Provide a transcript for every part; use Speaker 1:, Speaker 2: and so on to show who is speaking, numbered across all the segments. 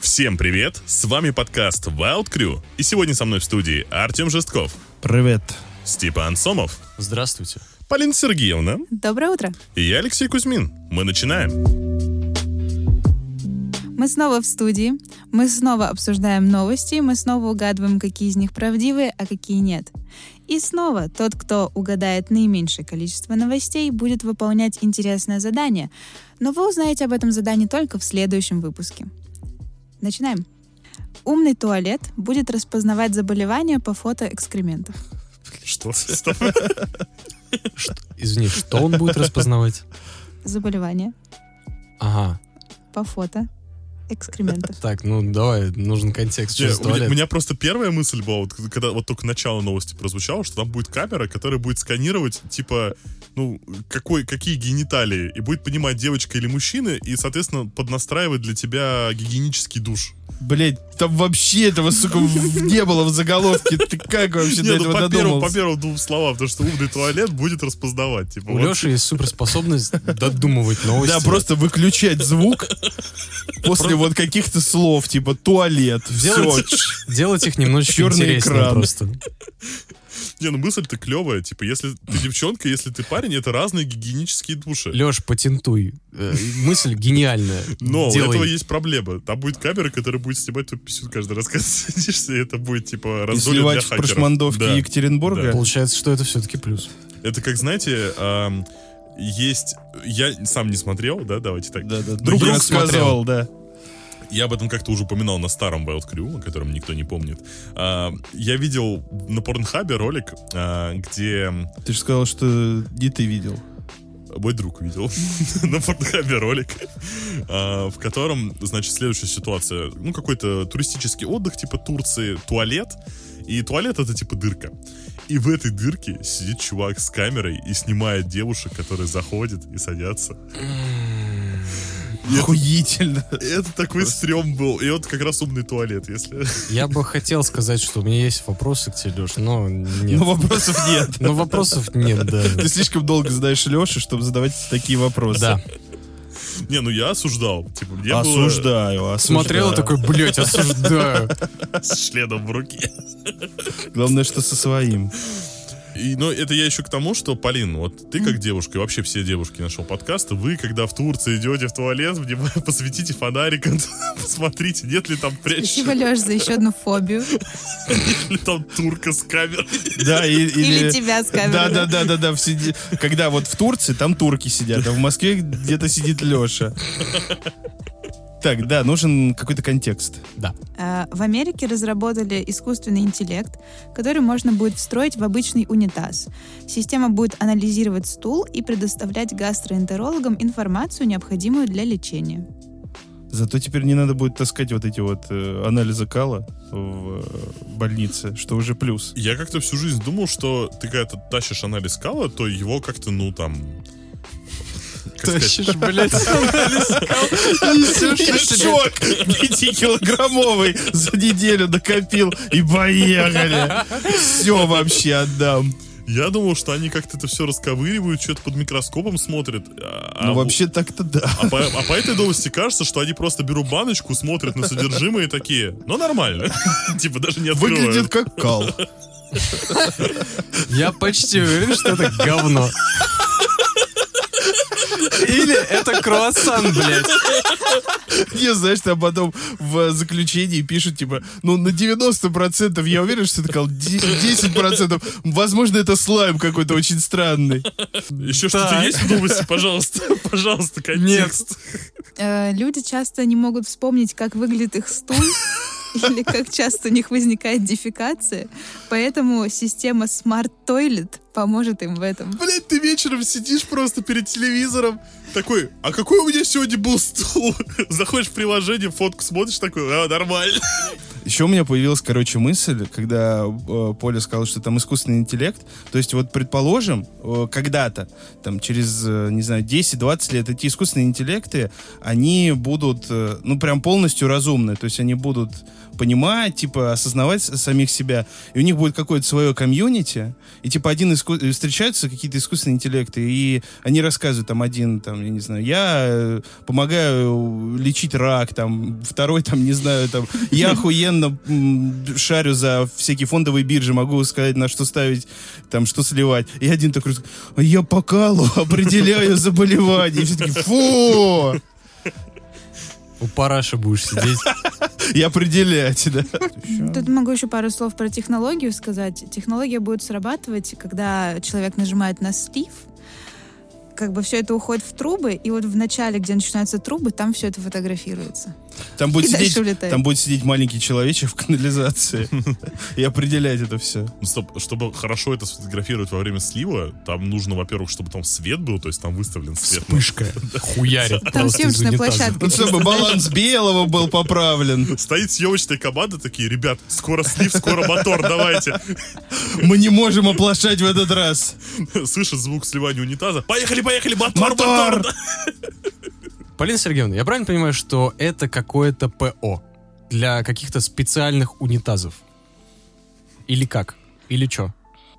Speaker 1: Всем привет! С вами подкаст Wild Crew. И сегодня со мной в студии Артем Жестков,
Speaker 2: Привет.
Speaker 1: Степан Сомов,
Speaker 3: Здравствуйте.
Speaker 1: Полина Сергеевна
Speaker 4: Доброе утро.
Speaker 1: и я, Алексей Кузьмин. Мы начинаем.
Speaker 4: Мы снова в студии, мы снова обсуждаем новости, мы снова угадываем, какие из них правдивые, а какие нет. И снова тот, кто угадает наименьшее количество новостей, будет выполнять интересное задание. Но вы узнаете об этом задании только в следующем выпуске. Начинаем. Умный туалет будет распознавать заболевания по фото экскрементов.
Speaker 1: Что? Стоп.
Speaker 3: Извини, что он будет распознавать?
Speaker 4: Заболевания
Speaker 3: Ага.
Speaker 4: по фото экскрементов.
Speaker 3: Так, ну давай, нужен контекст.
Speaker 1: Не,
Speaker 3: Что за
Speaker 1: У меня- у
Speaker 3: туалет?
Speaker 1: меня просто первая мысль была, вот, когда вот только начало новости прозвучало, что там будет камера, которая будет сканировать, типа, ну, какой, какие гениталии, и будет понимать, девочка или мужчина, и, соответственно, поднастраивать для тебя гигиенический душ.
Speaker 2: Блять, там вообще этого, сука, в- не было в заголовке. Ты как
Speaker 1: Не,
Speaker 2: вообще
Speaker 1: ну,
Speaker 2: до этого
Speaker 1: по первым, по
Speaker 2: додумался?
Speaker 1: первым двум словам, потому что умный туалет будет распознавать. Типа,
Speaker 3: У
Speaker 1: вот
Speaker 3: Леши есть суперспособность додумывать новости.
Speaker 2: Да, просто выключать звук после вот каких-то слов, типа туалет, все.
Speaker 3: Делать, делать их немножечко
Speaker 2: Чёрный
Speaker 3: интереснее
Speaker 2: экран.
Speaker 3: просто.
Speaker 1: Не, ну мысль-то клевая. Типа, если ты девчонка, если ты парень, это разные гигиенические души.
Speaker 3: Леш, патентуй. Э, Мысль гениальная.
Speaker 1: Но у
Speaker 3: Делай.
Speaker 1: этого есть проблема. Там будет камера, которая будет снимать твой писюн каждый раз, когда ты садишься, и это будет, типа,
Speaker 2: И
Speaker 1: раздолье для
Speaker 2: сливать в
Speaker 1: хакеров.
Speaker 2: прошмандовке
Speaker 1: Да.
Speaker 2: Екатеринбурга.
Speaker 3: Получается, что это все-таки плюс.
Speaker 1: Это как, знаете, ам, есть... Я сам не смотрел, да, давайте так.
Speaker 2: Да-да,
Speaker 1: Друг
Speaker 2: Друг
Speaker 1: друга
Speaker 2: рассказывал, да.
Speaker 1: Я об этом как-то уже упоминал на старом Wild Crew, о котором никто не помнит. А, я видел на Порнхабе ролик, а, где
Speaker 2: Ты же сказал, что не ты видел.
Speaker 1: Мой друг видел на Порнхабе ролик, а, в котором, значит, следующая ситуация. Ну, какой-то туристический отдых, типа Турции, туалет. И туалет — это типа дырка. И в этой дырке сидит чувак с камерой и снимает девушек, которые заходят и садятся. Нет.
Speaker 2: Охуительно.
Speaker 1: И Это такой стрём был. И вот как раз умный туалет, если...
Speaker 3: Я бы хотел сказать, что у меня есть вопросы к тебе, Леш, но нет.
Speaker 2: Но вопросов нет. Ну,
Speaker 3: Но вопросов нет, да.
Speaker 2: Ты слишком долго знаешь Лешу, чтобы задавать такие вопросы.
Speaker 3: Да.
Speaker 1: Не, ну я осуждал. Типа, мне было
Speaker 2: Осуждаю, осуждаю.
Speaker 3: Смотрел и такой, блядь, осуждаю.
Speaker 1: с членом в руке.
Speaker 2: Главное, что со своим.
Speaker 1: И, но это я еще к тому, что, Полин, вот ты как девушка, и вообще все девушки нашего подкаста, вы, когда в Турции идете в туалет, внимание, посветите фонариком, посмотрите, нет ли там прячущего,
Speaker 4: Спасибо, Леш, за еще одну фобию.
Speaker 1: нет ли там турка с камерой.
Speaker 2: Да, и-
Speaker 4: Или тебя с камерой.
Speaker 2: Да, да, да, да, да. в сиди- Когда вот в Турции, там турки сидят, а в Москве где-то сидит Леша. Так, да, нужен какой-то контекст.
Speaker 3: Да.
Speaker 4: А, В Америке разработали искусственный интеллект, который можно будет встроить в обычный унитаз. Система будет анализировать стул и предоставлять гастроэнтерологам информацию, необходимую для лечения.
Speaker 2: Зато теперь не надо будет таскать вот эти вот э, анализы кала в э, больнице, что уже плюс.
Speaker 1: Я как-то всю жизнь думал, что ты когда ты тащишь анализ кала, то его как-то, ну, там... как сказать,
Speaker 3: Тащишь, блядь.
Speaker 2: Мешок 5-килограммовый за неделю накопил и поехали. Все вообще отдам.
Speaker 1: Я думал, что они как-то это все расковыривают, что-то под микроскопом смотрят. а-
Speaker 2: Ну
Speaker 1: а
Speaker 2: вообще так-то да.
Speaker 1: А по, а по этой новости кажется, что они просто берут баночку, смотрят на содержимое и такие, ну нормально. Типа даже не открывают.
Speaker 2: Выглядит как кал.
Speaker 3: Я почти уверен, что это говно. Или это круассан, блядь.
Speaker 2: Не, знаешь, там потом в заключении пишут, типа, ну, на 90% я уверен, что это кал, де- 10%, возможно, это слайм какой-то очень странный.
Speaker 1: Еще что-то
Speaker 3: Так.
Speaker 1: есть в новости, пожалуйста? Пожалуйста, контекст.
Speaker 4: Э, Люди часто не могут вспомнить, как выглядит их стул или как часто у них возникает дефекация, поэтому система Smart Toilet поможет им в этом.
Speaker 1: Блять, ты вечером сидишь просто перед телевизором. Такой, а какой у меня сегодня был стул? Заходишь в приложение, фотку смотришь, такой, а, нормально.
Speaker 2: Еще у меня появилась, короче, мысль, когда э, Поля сказала, что там искусственный интеллект. То есть, вот, предположим, э, когда-то, там, через, э, не знаю, 10-20 лет эти искусственные интеллекты, они будут, э, ну, прям полностью разумны. То есть, они будут понимать, типа, осознавать с- самих себя. И у них будет какое-то свое комьюнити, и, типа, один иску- э, встречаются какие-то искусственные интеллекты, и они рассказывают, там, один, там, я не знаю, я э, помогаю э, лечить рак, там, второй, там, не знаю, там, я охуенно м, шарю за всякие фондовые биржи, могу сказать, на что ставить, там, что сливать. И один такой, «А я по калу определяю заболевание. И все таки фу!
Speaker 3: У параши будешь сидеть.
Speaker 2: И определять, да.
Speaker 4: Тут могу еще пару слов про технологию сказать. Технология будет срабатывать, когда человек нажимает на слив, как бы все это уходит в трубы, и вот в начале, где начинаются трубы, там все это фотографируется.
Speaker 2: Там будет
Speaker 4: И дальше
Speaker 2: сидеть,
Speaker 4: улетает.
Speaker 2: там будет сидеть маленький человечек в канализации и определять это все.
Speaker 1: Ну, Стоп, чтобы хорошо это сфотографировать во время слива, там нужно, во-первых, чтобы там свет был, то есть там выставлен свет. на-
Speaker 3: Вспышка. Хуярит.
Speaker 4: Там
Speaker 3: просто из
Speaker 4: съемочная
Speaker 3: унитаза.
Speaker 4: площадка.
Speaker 2: Ну, чтобы баланс белого был поправлен.
Speaker 1: Стоит съемочная команда такие, ребят, скоро слив, скоро мотор, давайте.
Speaker 2: Мы не можем оплошать в этот раз.
Speaker 1: Слышит звук сливания унитаза. Поехали, поехали, мотор, мотор.
Speaker 2: Мотор!
Speaker 3: Полина Сергеевна, я правильно понимаю, что это какое-то ПО для каких-то специальных унитазов? Или как? Или что?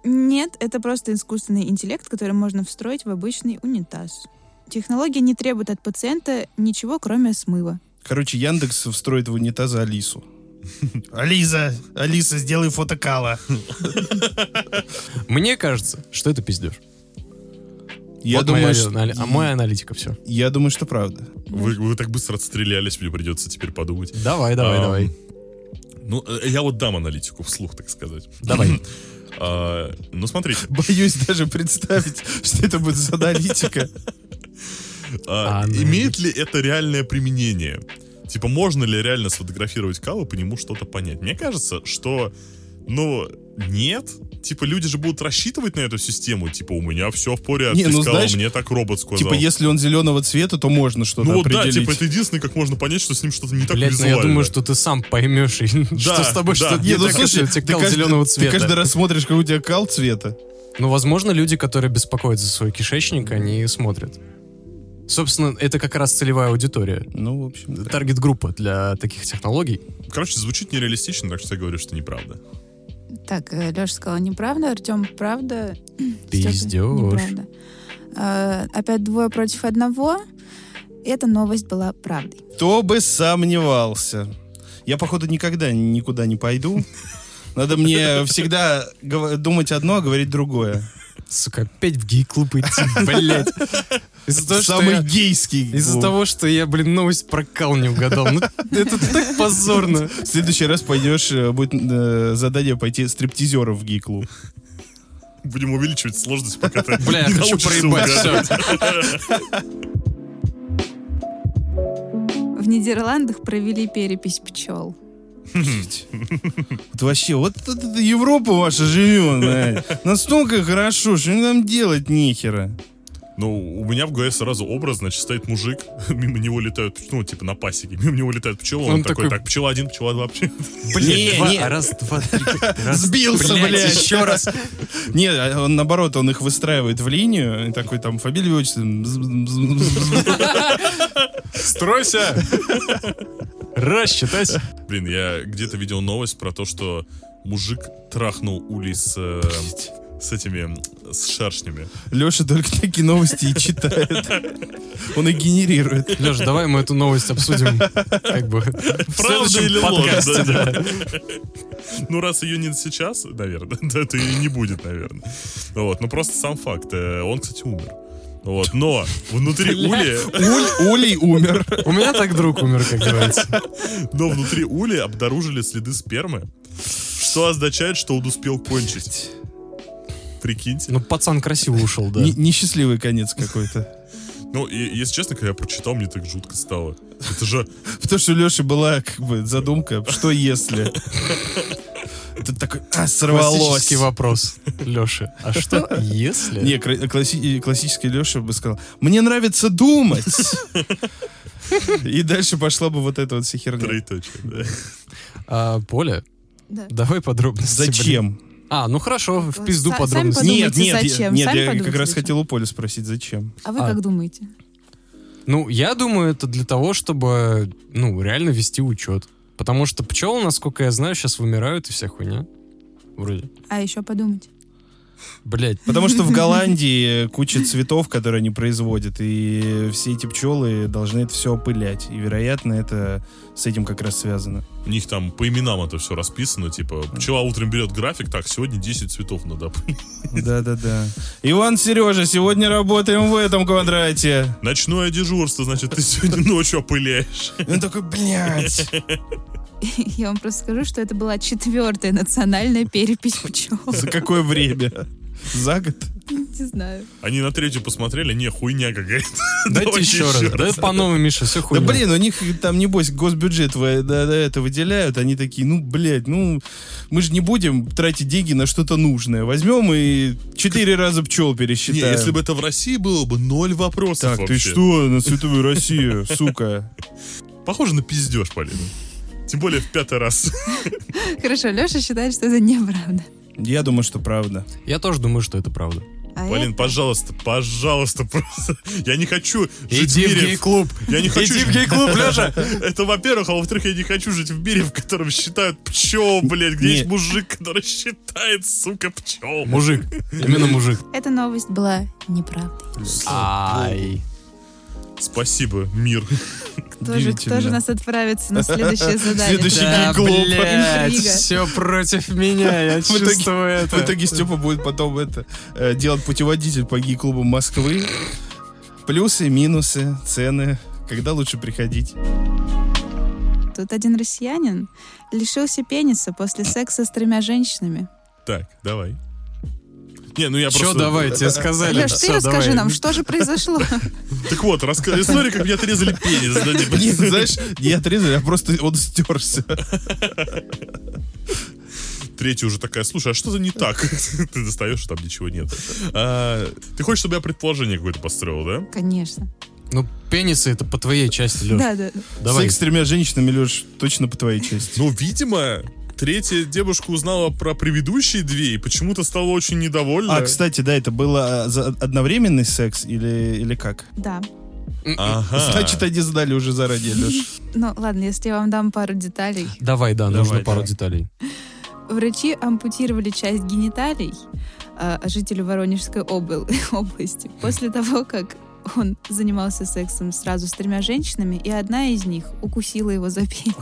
Speaker 4: Нет, это просто искусственный интеллект, который можно встроить в обычный унитаз. Технология не требует от пациента ничего, кроме смыва.
Speaker 2: Короче, Яндекс встроит в унитазы Алису. Алиса, Алиса, сделай фотокала.
Speaker 3: Мне кажется, что это пиздеж.
Speaker 2: Я
Speaker 3: Вот
Speaker 2: думаю,
Speaker 3: моя
Speaker 2: что-
Speaker 3: анали- а моя аналитика, все.
Speaker 2: я думаю, что правда.
Speaker 1: Вы, вы так быстро отстрелялись, мне придется теперь подумать.
Speaker 3: Давай, давай,
Speaker 1: Ам,
Speaker 3: давай.
Speaker 1: Ну, э, я вот дам аналитику вслух, так сказать.
Speaker 3: Давай.
Speaker 1: А, ну, смотрите.
Speaker 2: Боюсь даже представить, что это будет за аналитика.
Speaker 1: А,
Speaker 3: Аналитик.
Speaker 1: имеет ли это реальное применение? Типа, можно ли реально сфотографировать кал и по нему что-то понять? Мне кажется, что, ну, нет. Типа, люди же будут рассчитывать на эту систему. Типа, у меня все в порядке,
Speaker 2: Не, ну,
Speaker 1: сказал,
Speaker 2: знаешь,
Speaker 1: мне так робот сказал.
Speaker 2: Типа, если он зеленого цвета, то можно что-то
Speaker 1: ну вот да,
Speaker 2: определить.
Speaker 1: типа, это единственное, как можно понять, что с ним что-то не так
Speaker 3: Блять, ну я
Speaker 1: визуально.
Speaker 3: думаю, что ты сам поймешь, и что с тобой
Speaker 1: да.
Speaker 3: что-то
Speaker 1: Не,
Speaker 3: не так, и что у тебя
Speaker 2: ну ты
Speaker 3: кал
Speaker 2: каждый-
Speaker 3: зеленого
Speaker 2: Ты каждый
Speaker 3: цвета.
Speaker 2: раз смотришь, как у тебя кал цвета.
Speaker 3: Ну, возможно, люди, которые беспокоятся за свой кишечник, они смотрят. Собственно, это как раз целевая аудитория.
Speaker 2: Ну, в общем, да.
Speaker 3: Таргет-группа для таких технологий.
Speaker 1: Короче, звучит нереалистично, так что я говорю, что неправда.
Speaker 4: Так, Леша сказал неправда, Артем правда.
Speaker 3: Пиздёж.
Speaker 4: Стёпа неправда. А, Опять двое против одного. Эта новость была правдой.
Speaker 2: Кто бы сомневался. Я, походу, никогда никуда не пойду. Надо мне всегда гов- думать одно, а говорить другое.
Speaker 3: Сука, опять в гей-клуб идти, блядь. Из-за того, что
Speaker 2: Самый
Speaker 3: я-
Speaker 2: гейский.
Speaker 3: из-за
Speaker 2: клуб.
Speaker 3: того, что я, блин, новость про кал не угадал. Ну, это так позорно.
Speaker 2: В следующий раз пойдешь, э, будет э, задание пойти стриптизеров в гей-клуб.
Speaker 1: Будем увеличивать сложность, пока ты
Speaker 3: Бля, я
Speaker 1: не
Speaker 3: хочу
Speaker 1: научишься
Speaker 3: проебать
Speaker 1: угадывать.
Speaker 3: все.
Speaker 4: В Нидерландах провели перепись пчел.
Speaker 3: Хм.
Speaker 2: Вот вообще, вот это- это Европа ваша живет, блядь. Настолько хорошо, что им там делать нехера.
Speaker 1: Ну, у меня в голове сразу образ, значит, стоит мужик, мимо него летают, ну, типа на пасеке, мимо него летают пчелы, он,
Speaker 3: Он
Speaker 1: такой,
Speaker 3: такой,
Speaker 1: так, пчела один, пчела два, пчела...
Speaker 2: Не,
Speaker 3: Блин,
Speaker 2: не.
Speaker 3: два, раз, два, три, раз.
Speaker 2: Сбился, блядь.
Speaker 3: еще раз.
Speaker 2: Нет, а он наоборот, он их выстраивает в линию, и такой там фамилия, имя, отчество, бз- бз- бз- бз- бз.
Speaker 3: Стройся. Рассчитайся.
Speaker 1: Блин, я где-то видел новость про то, что мужик трахнул улей с... э, с этими, с шершнями.
Speaker 2: Леша только такие новости и читает. Он их генерирует.
Speaker 3: Леша, давай мы эту новость обсудим как бы в
Speaker 1: Правда или
Speaker 3: следующем подкасте.
Speaker 1: ложь? Да,
Speaker 3: да.
Speaker 1: да. Ну, раз ее нет сейчас, наверное, да, это и не будет, наверное. Вот, ну просто сам факт. Э, Он, кстати, умер. Вот, но внутри ули,
Speaker 2: Уль- Улей умер.
Speaker 3: У меня так друг умер, как говорится.
Speaker 1: но внутри ули обнаружили следы спермы, что означает, что он успел кончить. Прикиньте.
Speaker 3: Ну, пацан красиво ушел, да.
Speaker 2: Не- Несчастливый конец какой-то.
Speaker 1: Ну, и, если честно, когда я прочитал, мне так жутко стало. Это же...
Speaker 2: Потому что у Леши была как бы задумка, что если... Тут такой, а, сорвалось.
Speaker 3: Классический вопрос, Леша. А что
Speaker 4: э.
Speaker 3: если...
Speaker 2: Не, кра- класси- классический Леша бы сказал, мне нравится думать. И дальше пошла бы вот эта вот вся херня.
Speaker 1: Троеточие, да.
Speaker 3: А, Поля,
Speaker 4: Да.
Speaker 3: давай подробности. блин.
Speaker 2: Зачем?
Speaker 3: А, ну хорошо, в
Speaker 4: Са-
Speaker 3: пизду
Speaker 4: сами
Speaker 3: подробности.
Speaker 4: подумайте,
Speaker 2: Нет, нет, я-
Speaker 4: зачем?
Speaker 2: нет,
Speaker 4: Сами
Speaker 2: я как
Speaker 4: подумайте,
Speaker 2: раз
Speaker 4: зачем?
Speaker 2: хотел у Поля спросить, зачем?
Speaker 4: А вы
Speaker 3: А.
Speaker 4: как думаете?
Speaker 3: Ну, я думаю, это для того, чтобы, ну, реально вести учет. Потому что пчелы, насколько я знаю, сейчас вымирают и вся хуйня. Вроде.
Speaker 4: А еще подумать.
Speaker 3: Блять.
Speaker 2: Потому что в Голландии куча цветов, которые они производят, и все эти пчелы должны это все опылять. И, вероятно, это с этим как раз связано.
Speaker 1: У них там по именам это все расписано, типа, пчела утром берет график, так, сегодня 10 цветов надо.
Speaker 2: Да-да-да. Иван, Сережа, сегодня работаем в этом квадрате.
Speaker 1: Ночное дежурство, значит, ты сегодня ночью опыляешь.
Speaker 2: И он такой, блядь.
Speaker 4: Я вам просто скажу, что это была четвертая национальная перепись пчел.
Speaker 2: За какое время? За год?
Speaker 4: Не знаю.
Speaker 1: Они на третью посмотрели, не, хуйня какая-то.
Speaker 3: Дайте
Speaker 1: Давайте
Speaker 3: еще раз. Да это по-новому, Миша, все
Speaker 2: Да
Speaker 3: хуйня.
Speaker 2: блин, у них там, небось, госбюджет вы- да, да, это выделяют, они такие, ну, блядь, ну, мы же не будем тратить деньги на что-то нужное. Возьмем и четыре раза пчел
Speaker 1: Не,
Speaker 2: пересчитаем.
Speaker 1: если бы это в России было бы, ноль вопросов
Speaker 2: Так,
Speaker 1: вообще.
Speaker 2: ты что, на Святую Россию, сука.
Speaker 1: Похоже на пиздеж, Полина. Тем более в пятый раз.
Speaker 4: Хорошо, Леша считает, что это неправда.
Speaker 2: Я думаю, что правда.
Speaker 3: Я тоже думаю, что это правда.
Speaker 4: А
Speaker 1: Полин, пожалуйста, пожалуйста, просто. Я не хочу жить
Speaker 3: Иди
Speaker 1: в
Speaker 3: в
Speaker 1: мире.
Speaker 3: гей-клуб.
Speaker 1: Я не хочу
Speaker 3: Иди в
Speaker 1: жить-
Speaker 3: гей-клуб, Леша.
Speaker 1: Это, во-первых, а во-вторых, я не хочу жить в мире, в котором считают пчел, блядь, где
Speaker 2: Не.
Speaker 1: есть мужик, который считает, сука, пчел.
Speaker 3: Мужик. Именно мужик.
Speaker 4: это- Эта новость была неправдой.
Speaker 3: Ай.
Speaker 1: Спасибо, мир.
Speaker 4: Кто же, кто же
Speaker 2: Удивительно.
Speaker 4: нас отправится на следующее задание?
Speaker 2: Следующий
Speaker 4: Да.
Speaker 2: гей-клуб.
Speaker 4: Интрига.
Speaker 3: все против меня, я
Speaker 2: В итоге-
Speaker 3: чувствую
Speaker 2: В
Speaker 3: это.
Speaker 2: итоге Степа будет потом это э, делать путеводитель по гей-клубу Москвы. Плюсы, минусы, цены. Когда лучше приходить?
Speaker 4: Тут один россиянин лишился пениса после секса с тремя женщинами.
Speaker 1: Так, давай. Не, ну я
Speaker 3: Че
Speaker 1: просто...
Speaker 3: давай, тебе сказали.
Speaker 4: Леш, ты
Speaker 3: Всё,
Speaker 4: расскажи
Speaker 3: давай.
Speaker 4: нам, что же произошло?
Speaker 1: Так вот, раска... история, как меня отрезали пенис. да, типа.
Speaker 2: Нет, знаешь, не отрезали, а просто он стерся.
Speaker 1: Третья уже такая, слушай, а что-то не так. Ты достаешь, а там ничего нет. А, Ты хочешь, чтобы я предположение какое-то построил, да?
Speaker 4: Конечно.
Speaker 3: Ну, пенисы это по твоей части, Леш.
Speaker 4: Да, да.
Speaker 3: Давай.
Speaker 2: Секс с тремя женщинами, Леш, точно по твоей части.
Speaker 1: Ну, видимо, третья девушка узнала про предыдущие две и почему-то стала очень недовольна.
Speaker 2: А, кстати, да, это было а, за- одновременный секс или, или как?
Speaker 4: Да.
Speaker 3: А.
Speaker 1: Ага.
Speaker 2: Значит, они знали уже заранее, Леш.
Speaker 4: Ну ладно, если я вам дам пару деталей.
Speaker 3: Давай, да, нужно
Speaker 2: Давай,
Speaker 3: пару
Speaker 2: давай.
Speaker 3: деталей.
Speaker 4: Врачи ампутировали часть гениталий э, жителю Воронежской обл- области после того, как он занимался сексом сразу с тремя женщинами, и одна из них укусила его за пень.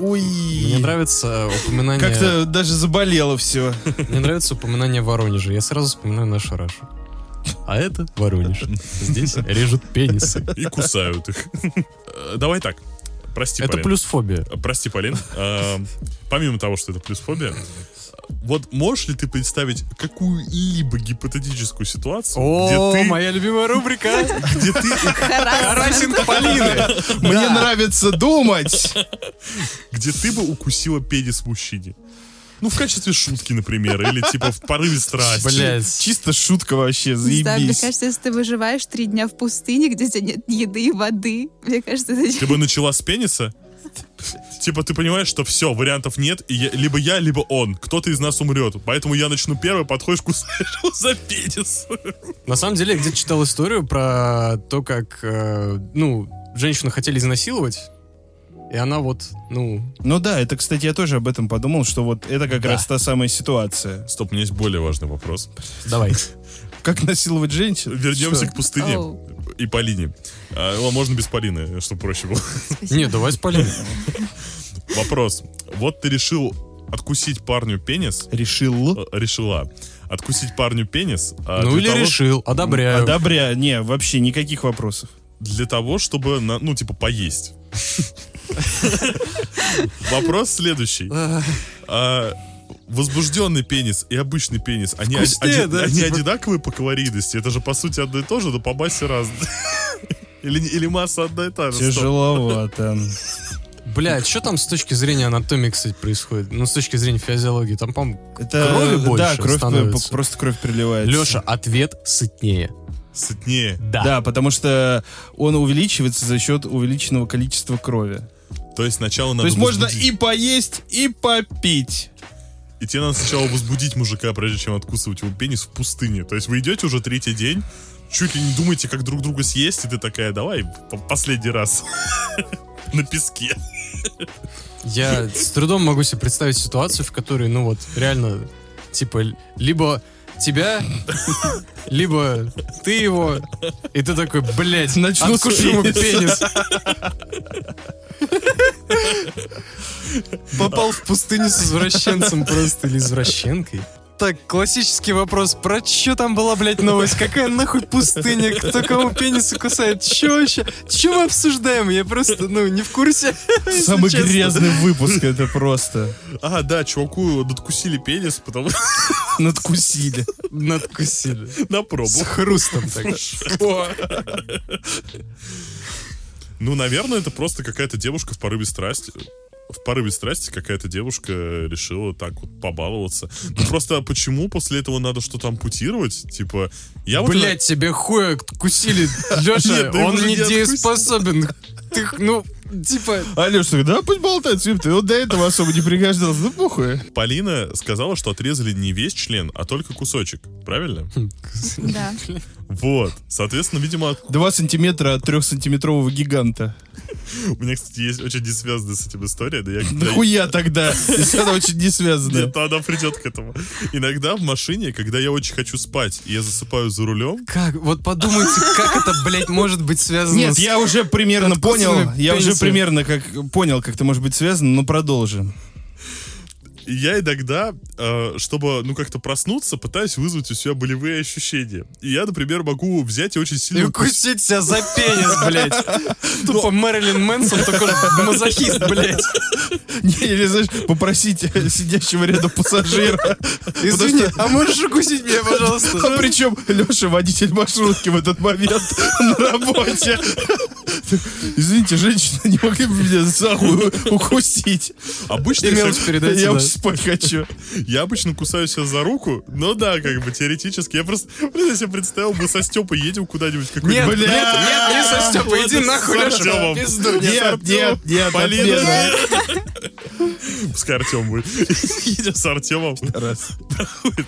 Speaker 2: Ой.
Speaker 3: Мне нравится э, упоминание...
Speaker 2: Как-то даже заболело все.
Speaker 3: Мне нравится упоминание Воронежа. Я сразу вспоминаю нашу Рашу. А это Воронеж. Здесь режут пенисы.
Speaker 1: И кусают их. Э, Давай так. Прости,
Speaker 3: Это
Speaker 1: Полин.
Speaker 3: плюс фобия.
Speaker 1: Э, Прости, Полин. Э, Помимо того, что это плюс фобия, вот можешь ли ты представить какую-либо гипотетическую ситуацию,
Speaker 3: О,
Speaker 1: где ты,
Speaker 3: моя любимая рубрика.
Speaker 1: где ты
Speaker 3: Карасинг Полины.
Speaker 2: Мне нравится думать.
Speaker 1: где ты бы укусила пенис мужчине? Ну, в качестве шутки, например, или типа в порыве страсти.
Speaker 3: Блять.
Speaker 2: Чисто шутка вообще,
Speaker 4: Не знаю, мне
Speaker 2: заебись.
Speaker 4: кажется, если ты выживаешь три дня в пустыне, где у тебя нет еды и воды, мне кажется, это...
Speaker 1: Ты бы начала с пениса? Типа ты понимаешь, что все, вариантов нет, и я- либо я, либо он. Кто-то из нас умрет. Поэтому я начну первый, подходишь, кусаешь его за пенис.
Speaker 3: На самом деле, я где-то читал историю про то, как, э, ну, женщину хотели изнасиловать, и она вот, ну,
Speaker 2: Ну да, это, кстати, я тоже об этом подумал, что вот это как
Speaker 3: Да.
Speaker 2: раз та самая ситуация.
Speaker 1: Стоп, у меня есть более важный вопрос.
Speaker 3: давай.
Speaker 2: Как насиловать женщин?
Speaker 1: Вернемся
Speaker 2: Что?
Speaker 1: к пустыне
Speaker 4: Оу.
Speaker 1: и Полине. А, ну, а можно без Полины, чтобы проще было.
Speaker 4: Спасибо.
Speaker 3: Не, давай с Полиной.
Speaker 1: Вопрос. Вот ты решил откусить парню пенис,
Speaker 2: Решил.
Speaker 1: э, решила откусить парню пенис а,
Speaker 3: Ну
Speaker 1: для
Speaker 3: или
Speaker 1: того,
Speaker 3: решил, одобряю.
Speaker 2: Одобря, не, вообще никаких вопросов.
Speaker 1: для того, чтобы, на- ну, типа, поесть. Вопрос следующий.
Speaker 3: Эх,
Speaker 1: А, возбужденный пенис и обычный пенис, они,
Speaker 3: Вкуснее,
Speaker 1: оди-
Speaker 3: да,
Speaker 1: они
Speaker 3: типа?
Speaker 1: одинаковые по калорийности? Это же, по сути, одно и то же, но по массе разное. Или, или масса одна и та
Speaker 3: Ну,
Speaker 1: же. стоп.
Speaker 2: Тяжеловато.
Speaker 3: Бля, что там с точки зрения анатомии, кстати, происходит? Ну, с точки зрения физиологии, там, по-моему...
Speaker 2: Это,
Speaker 3: Крови больше
Speaker 2: да, кровь, э,
Speaker 3: становится.
Speaker 2: п- просто кровь приливается.
Speaker 3: Леша, ответ сытнее.
Speaker 1: Сытнее.
Speaker 2: Да. потому что он увеличивается за счет увеличенного количества крови.
Speaker 1: То есть сначала надо
Speaker 2: То есть можно
Speaker 1: возбудить.
Speaker 2: и поесть, и попить.
Speaker 1: И тебе надо сначала возбудить мужика, прежде чем откусывать его пенис в пустыне. То есть вы идете уже третий день, чуть ли не думаете, как друг друга съесть, и ты такая, давай, п- последний раз. На песке.
Speaker 3: Я с трудом могу себе представить ситуацию, в которой, ну вот, реально, типа, л- либо тебя, либо ты его, и ты такой, блядь,
Speaker 2: Начну
Speaker 3: откушу ему
Speaker 2: с
Speaker 3: пенис. Попал в пустыню с извращенцем просто, или извращенкой. Так, классический вопрос. Про чё там была, блядь, новость? Какая нахуй пустыня? Кто кому пенисы кусает? Чё вообще? Чё мы обсуждаем? Я просто, ну, не в курсе. если
Speaker 2: Самый
Speaker 3: честно.
Speaker 2: грязный выпуск, это просто.
Speaker 1: А, да, чуваку надкусили пенис, потому что
Speaker 2: Надкусили.
Speaker 3: Надкусили.
Speaker 1: на пробу.
Speaker 3: С хрустом так. Фу.
Speaker 1: Ну, наверное, это просто какая-то девушка в порыве страсти. В порыве страсти какая-то девушка решила так вот побаловаться. Ну просто почему после этого надо что-то ампутировать? Типа, я вот...
Speaker 3: Блять, тебе хуя кусили, Леша,
Speaker 1: Нет, да
Speaker 3: он
Speaker 1: его же не
Speaker 3: недееспособен. Ты, ну, типа,
Speaker 2: Алеш такой, да пусть болтает, Свип, ты вот до этого особо не пригождался, ну похуй.
Speaker 1: Полина сказала, что отрезали не весь член, а только кусочек. Правильно?
Speaker 4: Да.
Speaker 1: Вот. Соответственно, видимо, от-
Speaker 2: Два сантиметра от трехсантиметрового гиганта.
Speaker 1: у меня, кстати, есть очень не связанная с этим история, да я...
Speaker 2: Да хуя тогда, если это очень не связано.
Speaker 1: Нет, она придет к этому. Иногда в машине, когда я очень хочу спать, и я засыпаю за рулем,
Speaker 3: как, вот подумайте, как это, блядь, может быть связано
Speaker 2: Нет,
Speaker 3: с...
Speaker 2: я уже примерно
Speaker 3: Надкусанными
Speaker 2: понял, я уже
Speaker 3: пенисами.
Speaker 2: примерно как понял, как это может быть связано, но продолжим.
Speaker 1: и я иногда, э, чтобы, ну, как-то проснуться, пытаюсь вызвать у себя болевые ощущения. И я, например, могу взять и очень
Speaker 3: И
Speaker 1: сильно... укусить.
Speaker 3: укусить себя за пенис, блядь. Тупо Мэрилин Мэнсон, только мазохист, блядь.
Speaker 2: Не, Или, знаешь, попросить э, сидящего рядом пассажира.
Speaker 3: Извини, а можешь укусить меня,
Speaker 2: А
Speaker 3: пожалуйста?
Speaker 2: причем Леша водитель маршрутки в этот момент на работе. Извините, женщина, не могли бы меня за хуй укусить?
Speaker 1: Обычно я,
Speaker 3: Имелось
Speaker 1: себя-
Speaker 3: передать
Speaker 2: Я
Speaker 3: сюда.
Speaker 2: очень спать хочу.
Speaker 1: я обычно кусаю себя за руку, но да, как бы теоретически. Я просто, блин, я себе представил, мы со Степой едем куда-нибудь в какой-нибудь...
Speaker 3: Нет,
Speaker 2: Бля,
Speaker 3: нет, нет, не со Степой,
Speaker 1: вот
Speaker 3: иди
Speaker 1: это
Speaker 3: нахуй,
Speaker 1: со
Speaker 3: Леша,
Speaker 1: Стёпом.
Speaker 3: пизду.
Speaker 2: Нет, нет, нет,
Speaker 1: Полина.
Speaker 2: отмена.
Speaker 1: Пускай Артем будет. Едем с Артемом.
Speaker 2: Раз.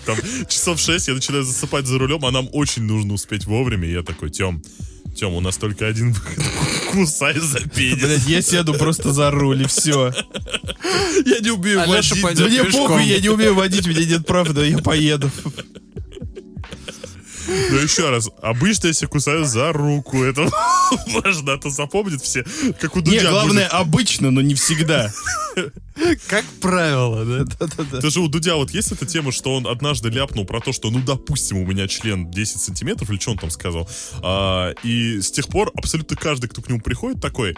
Speaker 1: Там часов 6 я начинаю засыпать за рулем, а нам очень нужно успеть вовремя. И я такой, Тем, Тем, у нас только один выход. Кусай за пенис.
Speaker 2: Блядь, я сяду просто за руль, и все.
Speaker 1: Я не умею
Speaker 3: А Леша
Speaker 1: водить.
Speaker 3: пойдет
Speaker 2: Мне
Speaker 3: пешком.
Speaker 2: похуй, я не умею водить, у меня нет прав, но я поеду.
Speaker 1: Но Ну, еще раз, обычно я себя кусаю за руку. Это важно, а то запомнят все, как у
Speaker 2: Не,
Speaker 1: Дудя.
Speaker 2: главное, обычно, но не всегда.
Speaker 3: Как правило, да?
Speaker 2: Да-да-да.
Speaker 1: Даже у Дудя вот есть эта тема, что он однажды ляпнул про то, что, ну, допустим, у меня член 10 сантиметров, или что он там сказал. А, и с тех пор абсолютно каждый, кто к нему приходит, такой,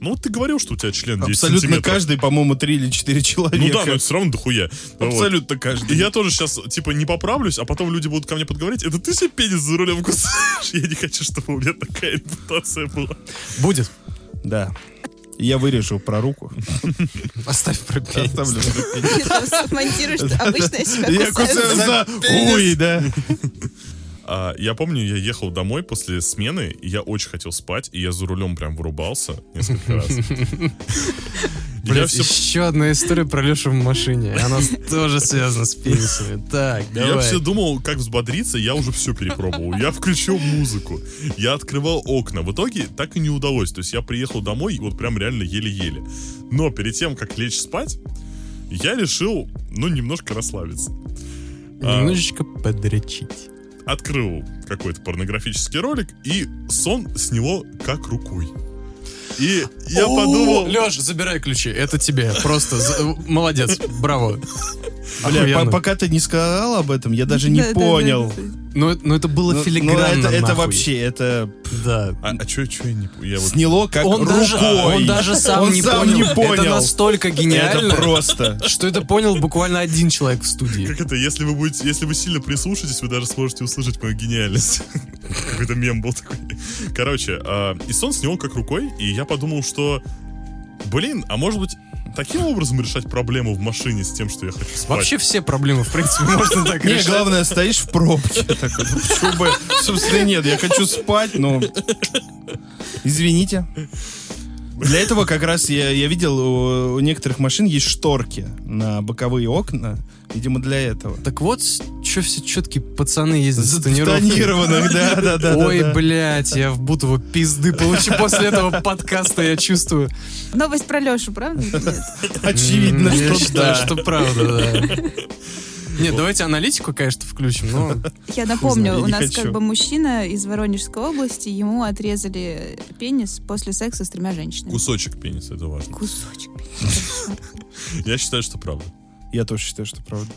Speaker 1: ну, вот ты говорил, что у тебя член 10
Speaker 2: Абсолютно
Speaker 1: сантиметров.
Speaker 2: каждый, по-моему, три или четыре
Speaker 1: Ну да, но
Speaker 2: человека.
Speaker 1: это все равно дохуя. Вот.
Speaker 2: Абсолютно
Speaker 1: И
Speaker 2: каждый.
Speaker 1: я тоже сейчас, типа, не поправлюсь, а потом люди будут ко мне подговорить, это ты себе пенис за рулем кусаешь? Я не хочу, чтобы у меня такая репутация была.
Speaker 3: Будет.
Speaker 2: Да. Я вырежу про руку.
Speaker 3: Оставь про пенис.
Speaker 2: Оставлю.
Speaker 4: Монтируешь, обычно я себя
Speaker 2: Я кусаю за хуй, да.
Speaker 1: А, я помню, я ехал домой после смены, и я очень хотел спать, и я за рулем прям вырубался несколько раз. И Я
Speaker 3: Блять,
Speaker 1: все
Speaker 3: еще одна история про Лешу в машине. Она тоже связана с пенисами. Так,
Speaker 1: Я
Speaker 3: давай.
Speaker 1: все думал, как взбодриться, я уже все перепробовал. Я включил музыку, я открывал окна. В итоге так и не удалось. То есть я приехал домой, и вот прям реально еле-еле. Но перед тем, как лечь спать, я решил, ну, немножко расслабиться. А,
Speaker 3: Немножечко подрочить.
Speaker 1: открыл какой-то порнографический ролик, и сон сняло как рукой. И я подумал...
Speaker 3: Леша, забирай ключи, это тебе. Просто за- молодец, браво.
Speaker 2: Бля,
Speaker 3: Охуенно.
Speaker 2: по- пока ты не сказал об этом, я даже не понял.
Speaker 3: Но, но это было
Speaker 2: Ну, ну,
Speaker 3: филигранно,
Speaker 2: это, это
Speaker 3: нахуй.
Speaker 2: вообще, это
Speaker 3: Да.
Speaker 1: А, а чё, чё я не... по- Я вот...
Speaker 2: сняло как
Speaker 3: Он
Speaker 2: рукой.
Speaker 3: даже, он даже сам,
Speaker 2: Он
Speaker 3: не,
Speaker 2: сам
Speaker 3: понял.
Speaker 2: не
Speaker 3: Это
Speaker 2: понял.
Speaker 3: настолько гениально,
Speaker 2: Это просто.
Speaker 3: что это понял буквально один человек в студии.
Speaker 1: Как это, если вы будете, если вы сильно прислушаетесь, вы даже сможете услышать мою гениальность. Какой-то мем был такой. Короче, а, и сон снял как рукой, и я подумал, что, блин, а может быть, таким образом решать проблему в машине с тем, что я хочу спать?
Speaker 3: Вообще все проблемы, в принципе, можно так
Speaker 2: Не,
Speaker 3: решать.
Speaker 2: главное, стоишь в пробке. Такой, ну, почему бы? Собственно, нет, я хочу спать, но... Извините. Для этого как раз я, я видел, у, у некоторых машин есть шторки на боковые окна. Видимо, для этого.
Speaker 3: Так вот, с- Че все четкие пацаны ездят с тонировкой?
Speaker 2: Затонированных, да, да, да. да,
Speaker 3: Ой,
Speaker 2: да.
Speaker 3: блядь, я в Бутово пизды получу после этого подкаста, я чувствую.
Speaker 4: Новость про Лешу, правда? или нет?
Speaker 2: Очевидно,
Speaker 3: М, я
Speaker 2: что
Speaker 3: считаю,
Speaker 2: да.
Speaker 3: что правда, да. Нет, давайте аналитику, конечно, включим, но
Speaker 4: Я напомню,
Speaker 2: знаю, я
Speaker 4: у
Speaker 2: не
Speaker 4: нас
Speaker 2: хочу.
Speaker 4: как бы мужчина из Воронежской области, ему отрезали пенис после секса с тремя женщинами.
Speaker 1: Кусочек пениса, это важно.
Speaker 4: Кусочек.
Speaker 1: Я считаю, что правда.
Speaker 2: Я тоже считаю, что правда.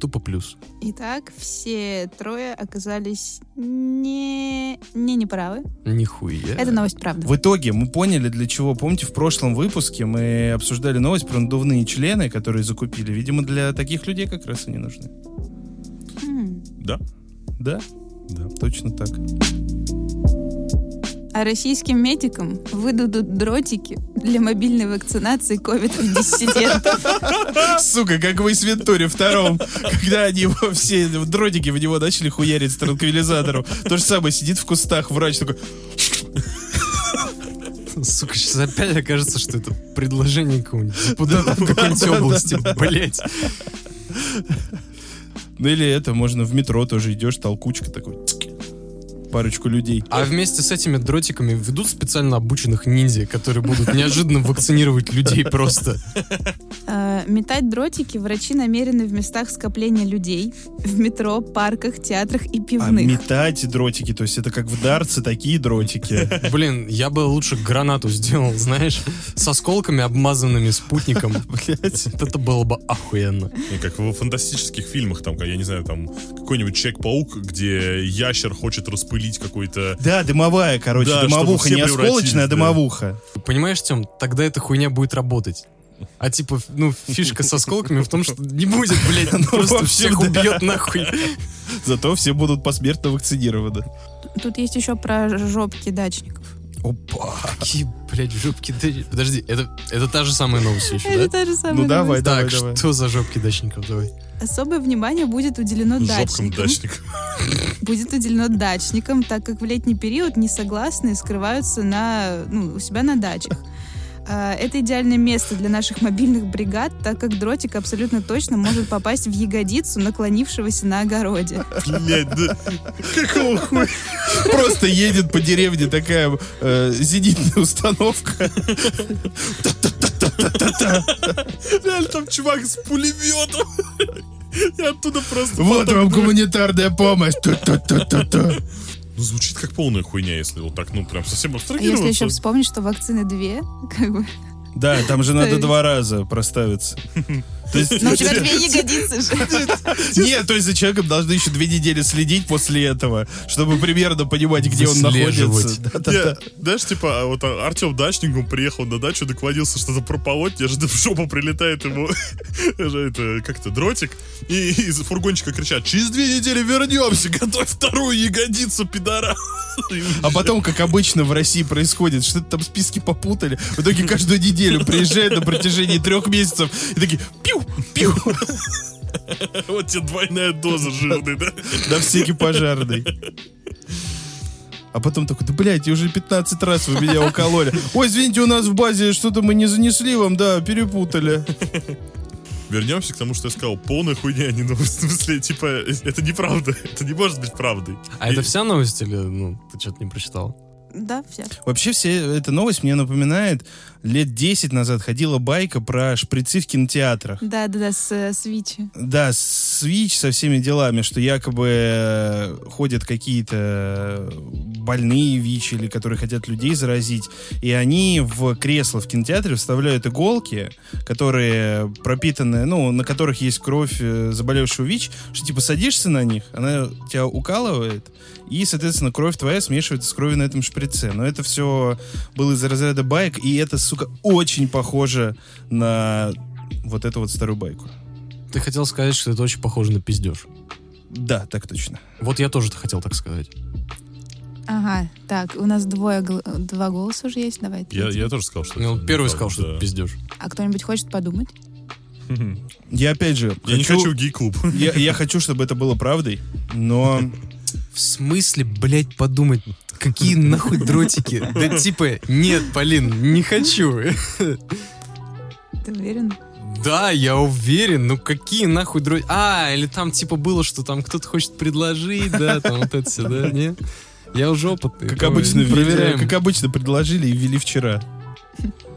Speaker 3: тупо плюс.
Speaker 4: Итак, все трое оказались не, не неправы.
Speaker 3: Нихуя.
Speaker 2: Э,
Speaker 4: Это новость правда.
Speaker 2: В итоге мы поняли, для чего. Помните, в прошлом выпуске мы обсуждали новость про надувные члены, которые закупили. Видимо, для таких людей как раз они нужны.
Speaker 4: М.
Speaker 1: Да?
Speaker 2: Да?
Speaker 1: Да.
Speaker 2: Точно так.
Speaker 4: А российским медикам выдадут дротики для мобильной вакцинации ковид-диссидентов.
Speaker 2: Сука, как в Эсвентуре втором, когда они его все дротики в него начали хуярить с транквилизатором. То же самое, сидит в кустах врач такой,
Speaker 3: Сука, сейчас опять окажется, что это предложение какого-нибудь депутата в какой-нибудь области, блять.
Speaker 2: ну или это, можно в метро тоже идешь, толкучка такой, цк, парочку людей.
Speaker 3: А вместе с этими дротиками ведут специально обученных ниндзя, которые будут неожиданно вакцинировать людей просто.
Speaker 4: Э, Метать дротики врачи намерены в местах скопления людей, в метро, парках, театрах и
Speaker 2: А
Speaker 4: пивных.
Speaker 2: метать дротики, то есть это как в дарце такие дротики.
Speaker 3: Блин, я бы лучше гранату сделал, знаешь, с осколками, обмазанными спутником.
Speaker 2: Блять.
Speaker 3: Вот Это было бы охуенно.
Speaker 1: И как в фантастических фильмах, там, я не знаю, там какой-нибудь Человек-паук, где ящер хочет распылить какой-то...
Speaker 2: Да, дымовая, короче,
Speaker 1: Да, чтобы
Speaker 2: дымовуха.
Speaker 1: все
Speaker 2: Не осколочная, а
Speaker 1: превратились, да.
Speaker 2: дымовуха.
Speaker 3: Понимаешь, Тем, тогда эта хуйня будет работать. А типа, ну, фишка с осколками в том, что не будет, блядь, он просто
Speaker 2: вообще,
Speaker 3: всех
Speaker 2: Ну, да.
Speaker 3: убьет нахуй.
Speaker 2: Зато все будут посмертно вакцинированы.
Speaker 4: Тут есть еще про жопки дачников.
Speaker 2: Опа.
Speaker 3: Какие, блядь, жопки дач- Подожди, это, это та же самая новость еще,
Speaker 4: Это
Speaker 3: да?
Speaker 4: та же самая
Speaker 2: Ну давай,
Speaker 4: новость.
Speaker 2: давай,
Speaker 3: Так,
Speaker 2: давай.
Speaker 3: что за жопки дачников, давай.
Speaker 4: Особое внимание будет уделено
Speaker 1: Жопком
Speaker 4: дачникам.
Speaker 1: дачник.
Speaker 4: будет уделено дачникам, так как в летний период несогласные скрываются на, ну, у себя на дачах. А, Это идеальное место для наших мобильных бригад, так как дротик абсолютно точно может попасть в ягодицу, наклонившегося на огороде.
Speaker 1: Блядь, да. Какого хуя?
Speaker 2: Просто едет по деревне такая э, зенитная установка.
Speaker 1: Реально, там чувак с пулеметом. И оттуда просто...
Speaker 2: Вот
Speaker 1: потом-
Speaker 2: вам гуманитарная помощь. Ту-ту-ту-ту-ту.
Speaker 1: Ну, звучит как полная хуйня, если вот так, ну, прям совсем
Speaker 4: А Если
Speaker 1: абстрагироваться.
Speaker 4: еще вспомнить, что вакцины две, как бы.
Speaker 2: Да, там же надо
Speaker 4: есть- Ну,
Speaker 2: два раза проставиться. То есть-
Speaker 4: Но у тебя две ягодицы же.
Speaker 2: Нет, то есть за человеком должны еще две недели следить после этого, чтобы примерно понимать, где он
Speaker 3: Выслеживать.
Speaker 2: находится. Да-да-да.
Speaker 1: Я, знаешь, типа, а вот Артем Дачником приехал на дачу, наклонился что-то прополоть, неожиданно в жопу прилетает ему же это как-то дротик, и из фургончика кричат, через две недели вернемся, готовь вторую ягодицу, пидора.
Speaker 2: А потом, как обычно в России происходит, что-то там списки попутали. В итоге каждую неделю приезжают на протяжении трех месяцев и такие пиу, пиу
Speaker 1: Вот тебе двойная доза жирной, да?
Speaker 2: на всякий пожарный. А потом такой, да, блядь, уже 15 раз вы меня укололи. Ой, извините, у нас в базе что-то мы не занесли вам, да, перепутали.
Speaker 1: Вернемся к тому, что я сказал, полная хуйня, не ну, в смысле, типа, это неправда, это не может быть правдой.
Speaker 3: А это вся новость или, ну, ты что-то не прочитал?
Speaker 4: Да, все.
Speaker 2: Вообще, все эта новость мне напоминает, лет 10 назад ходила байка про шприцы в кинотеатрах.
Speaker 4: Да, да, да, с э, свичи.
Speaker 2: Да, Свич со всеми делами, что якобы э, ходят какие-то э, больные ВИЧ или которые хотят людей заразить, и они в кресло в кинотеатре вставляют иголки, которые пропитаны, ну, на которых есть кровь э, заболевшего ВИЧ, что типа садишься на них, она тебя укалывает, и, соответственно, кровь твоя смешивается с кровью на этом шприце. Но это все было из разряда байк, и это, сука, очень похоже на вот эту вот старую байку.
Speaker 3: Ты хотел сказать, что это очень похоже на пиздеж.
Speaker 2: Да, так точно.
Speaker 3: Вот я тоже хотел так сказать.
Speaker 4: Ага, так, у нас двое, гл- два голоса уже есть, давай.
Speaker 1: Я,
Speaker 4: третий.
Speaker 1: я тоже сказал, что...
Speaker 3: Ну,
Speaker 1: это
Speaker 3: первый
Speaker 1: неправда,
Speaker 3: сказал, что это
Speaker 1: да.
Speaker 3: пиздеж.
Speaker 4: А кто-нибудь хочет подумать?
Speaker 2: Я опять же
Speaker 1: Я не хочу в гей-клуб.
Speaker 2: Я, я хочу, чтобы это было правдой, но
Speaker 3: В смысле, блядь, подумать, какие нахуй дротики? Да типа, нет, Полин, не хочу.
Speaker 4: Ты уверен?
Speaker 3: Да, я уверен, ну какие нахуй дрочки? А, или там типа было, что там кто-то хочет предложить, да, там вот это все, да, не? Я уже опытный.
Speaker 2: Как
Speaker 3: давай,
Speaker 2: обычно, в-
Speaker 3: проверяем.
Speaker 2: как обычно предложили и ввели вчера.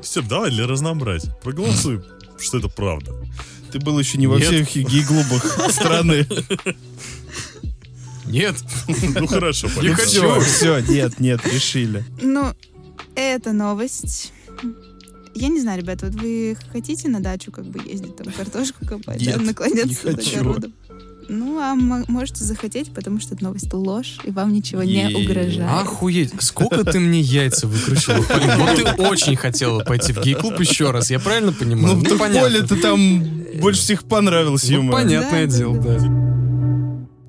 Speaker 1: Степ, давай для разнообразия. Проголосуй, что это правда.
Speaker 2: Ты был еще не во
Speaker 3: Нет.
Speaker 2: всех гей-клубах страны.
Speaker 3: Нет,
Speaker 1: Ну хорошо,
Speaker 3: Не
Speaker 1: понятно.
Speaker 3: хочу.
Speaker 2: Все, все, нет, нет, решили.
Speaker 4: Ну, это новость. Я не знаю, ребят, вот вы хотите на дачу как бы ездить, там картошку копать,
Speaker 2: Нет,
Speaker 4: там
Speaker 2: не
Speaker 4: наклоняться над
Speaker 2: хочу.
Speaker 4: огородом? Ну, а м- можете захотеть, потому что это новость ложь, и вам ничего не
Speaker 2: Е-е-е.
Speaker 4: угрожает.
Speaker 3: Охуеть, сколько ты мне яйца выкручила, Полин. Вот ты очень хотела пойти в гей-клуб еще раз, я правильно понимаю?
Speaker 2: Ну, то поле-то там больше всех понравилось
Speaker 3: Ну,
Speaker 2: ему.
Speaker 3: понятное
Speaker 4: Да,
Speaker 3: дело,
Speaker 4: да,
Speaker 3: да.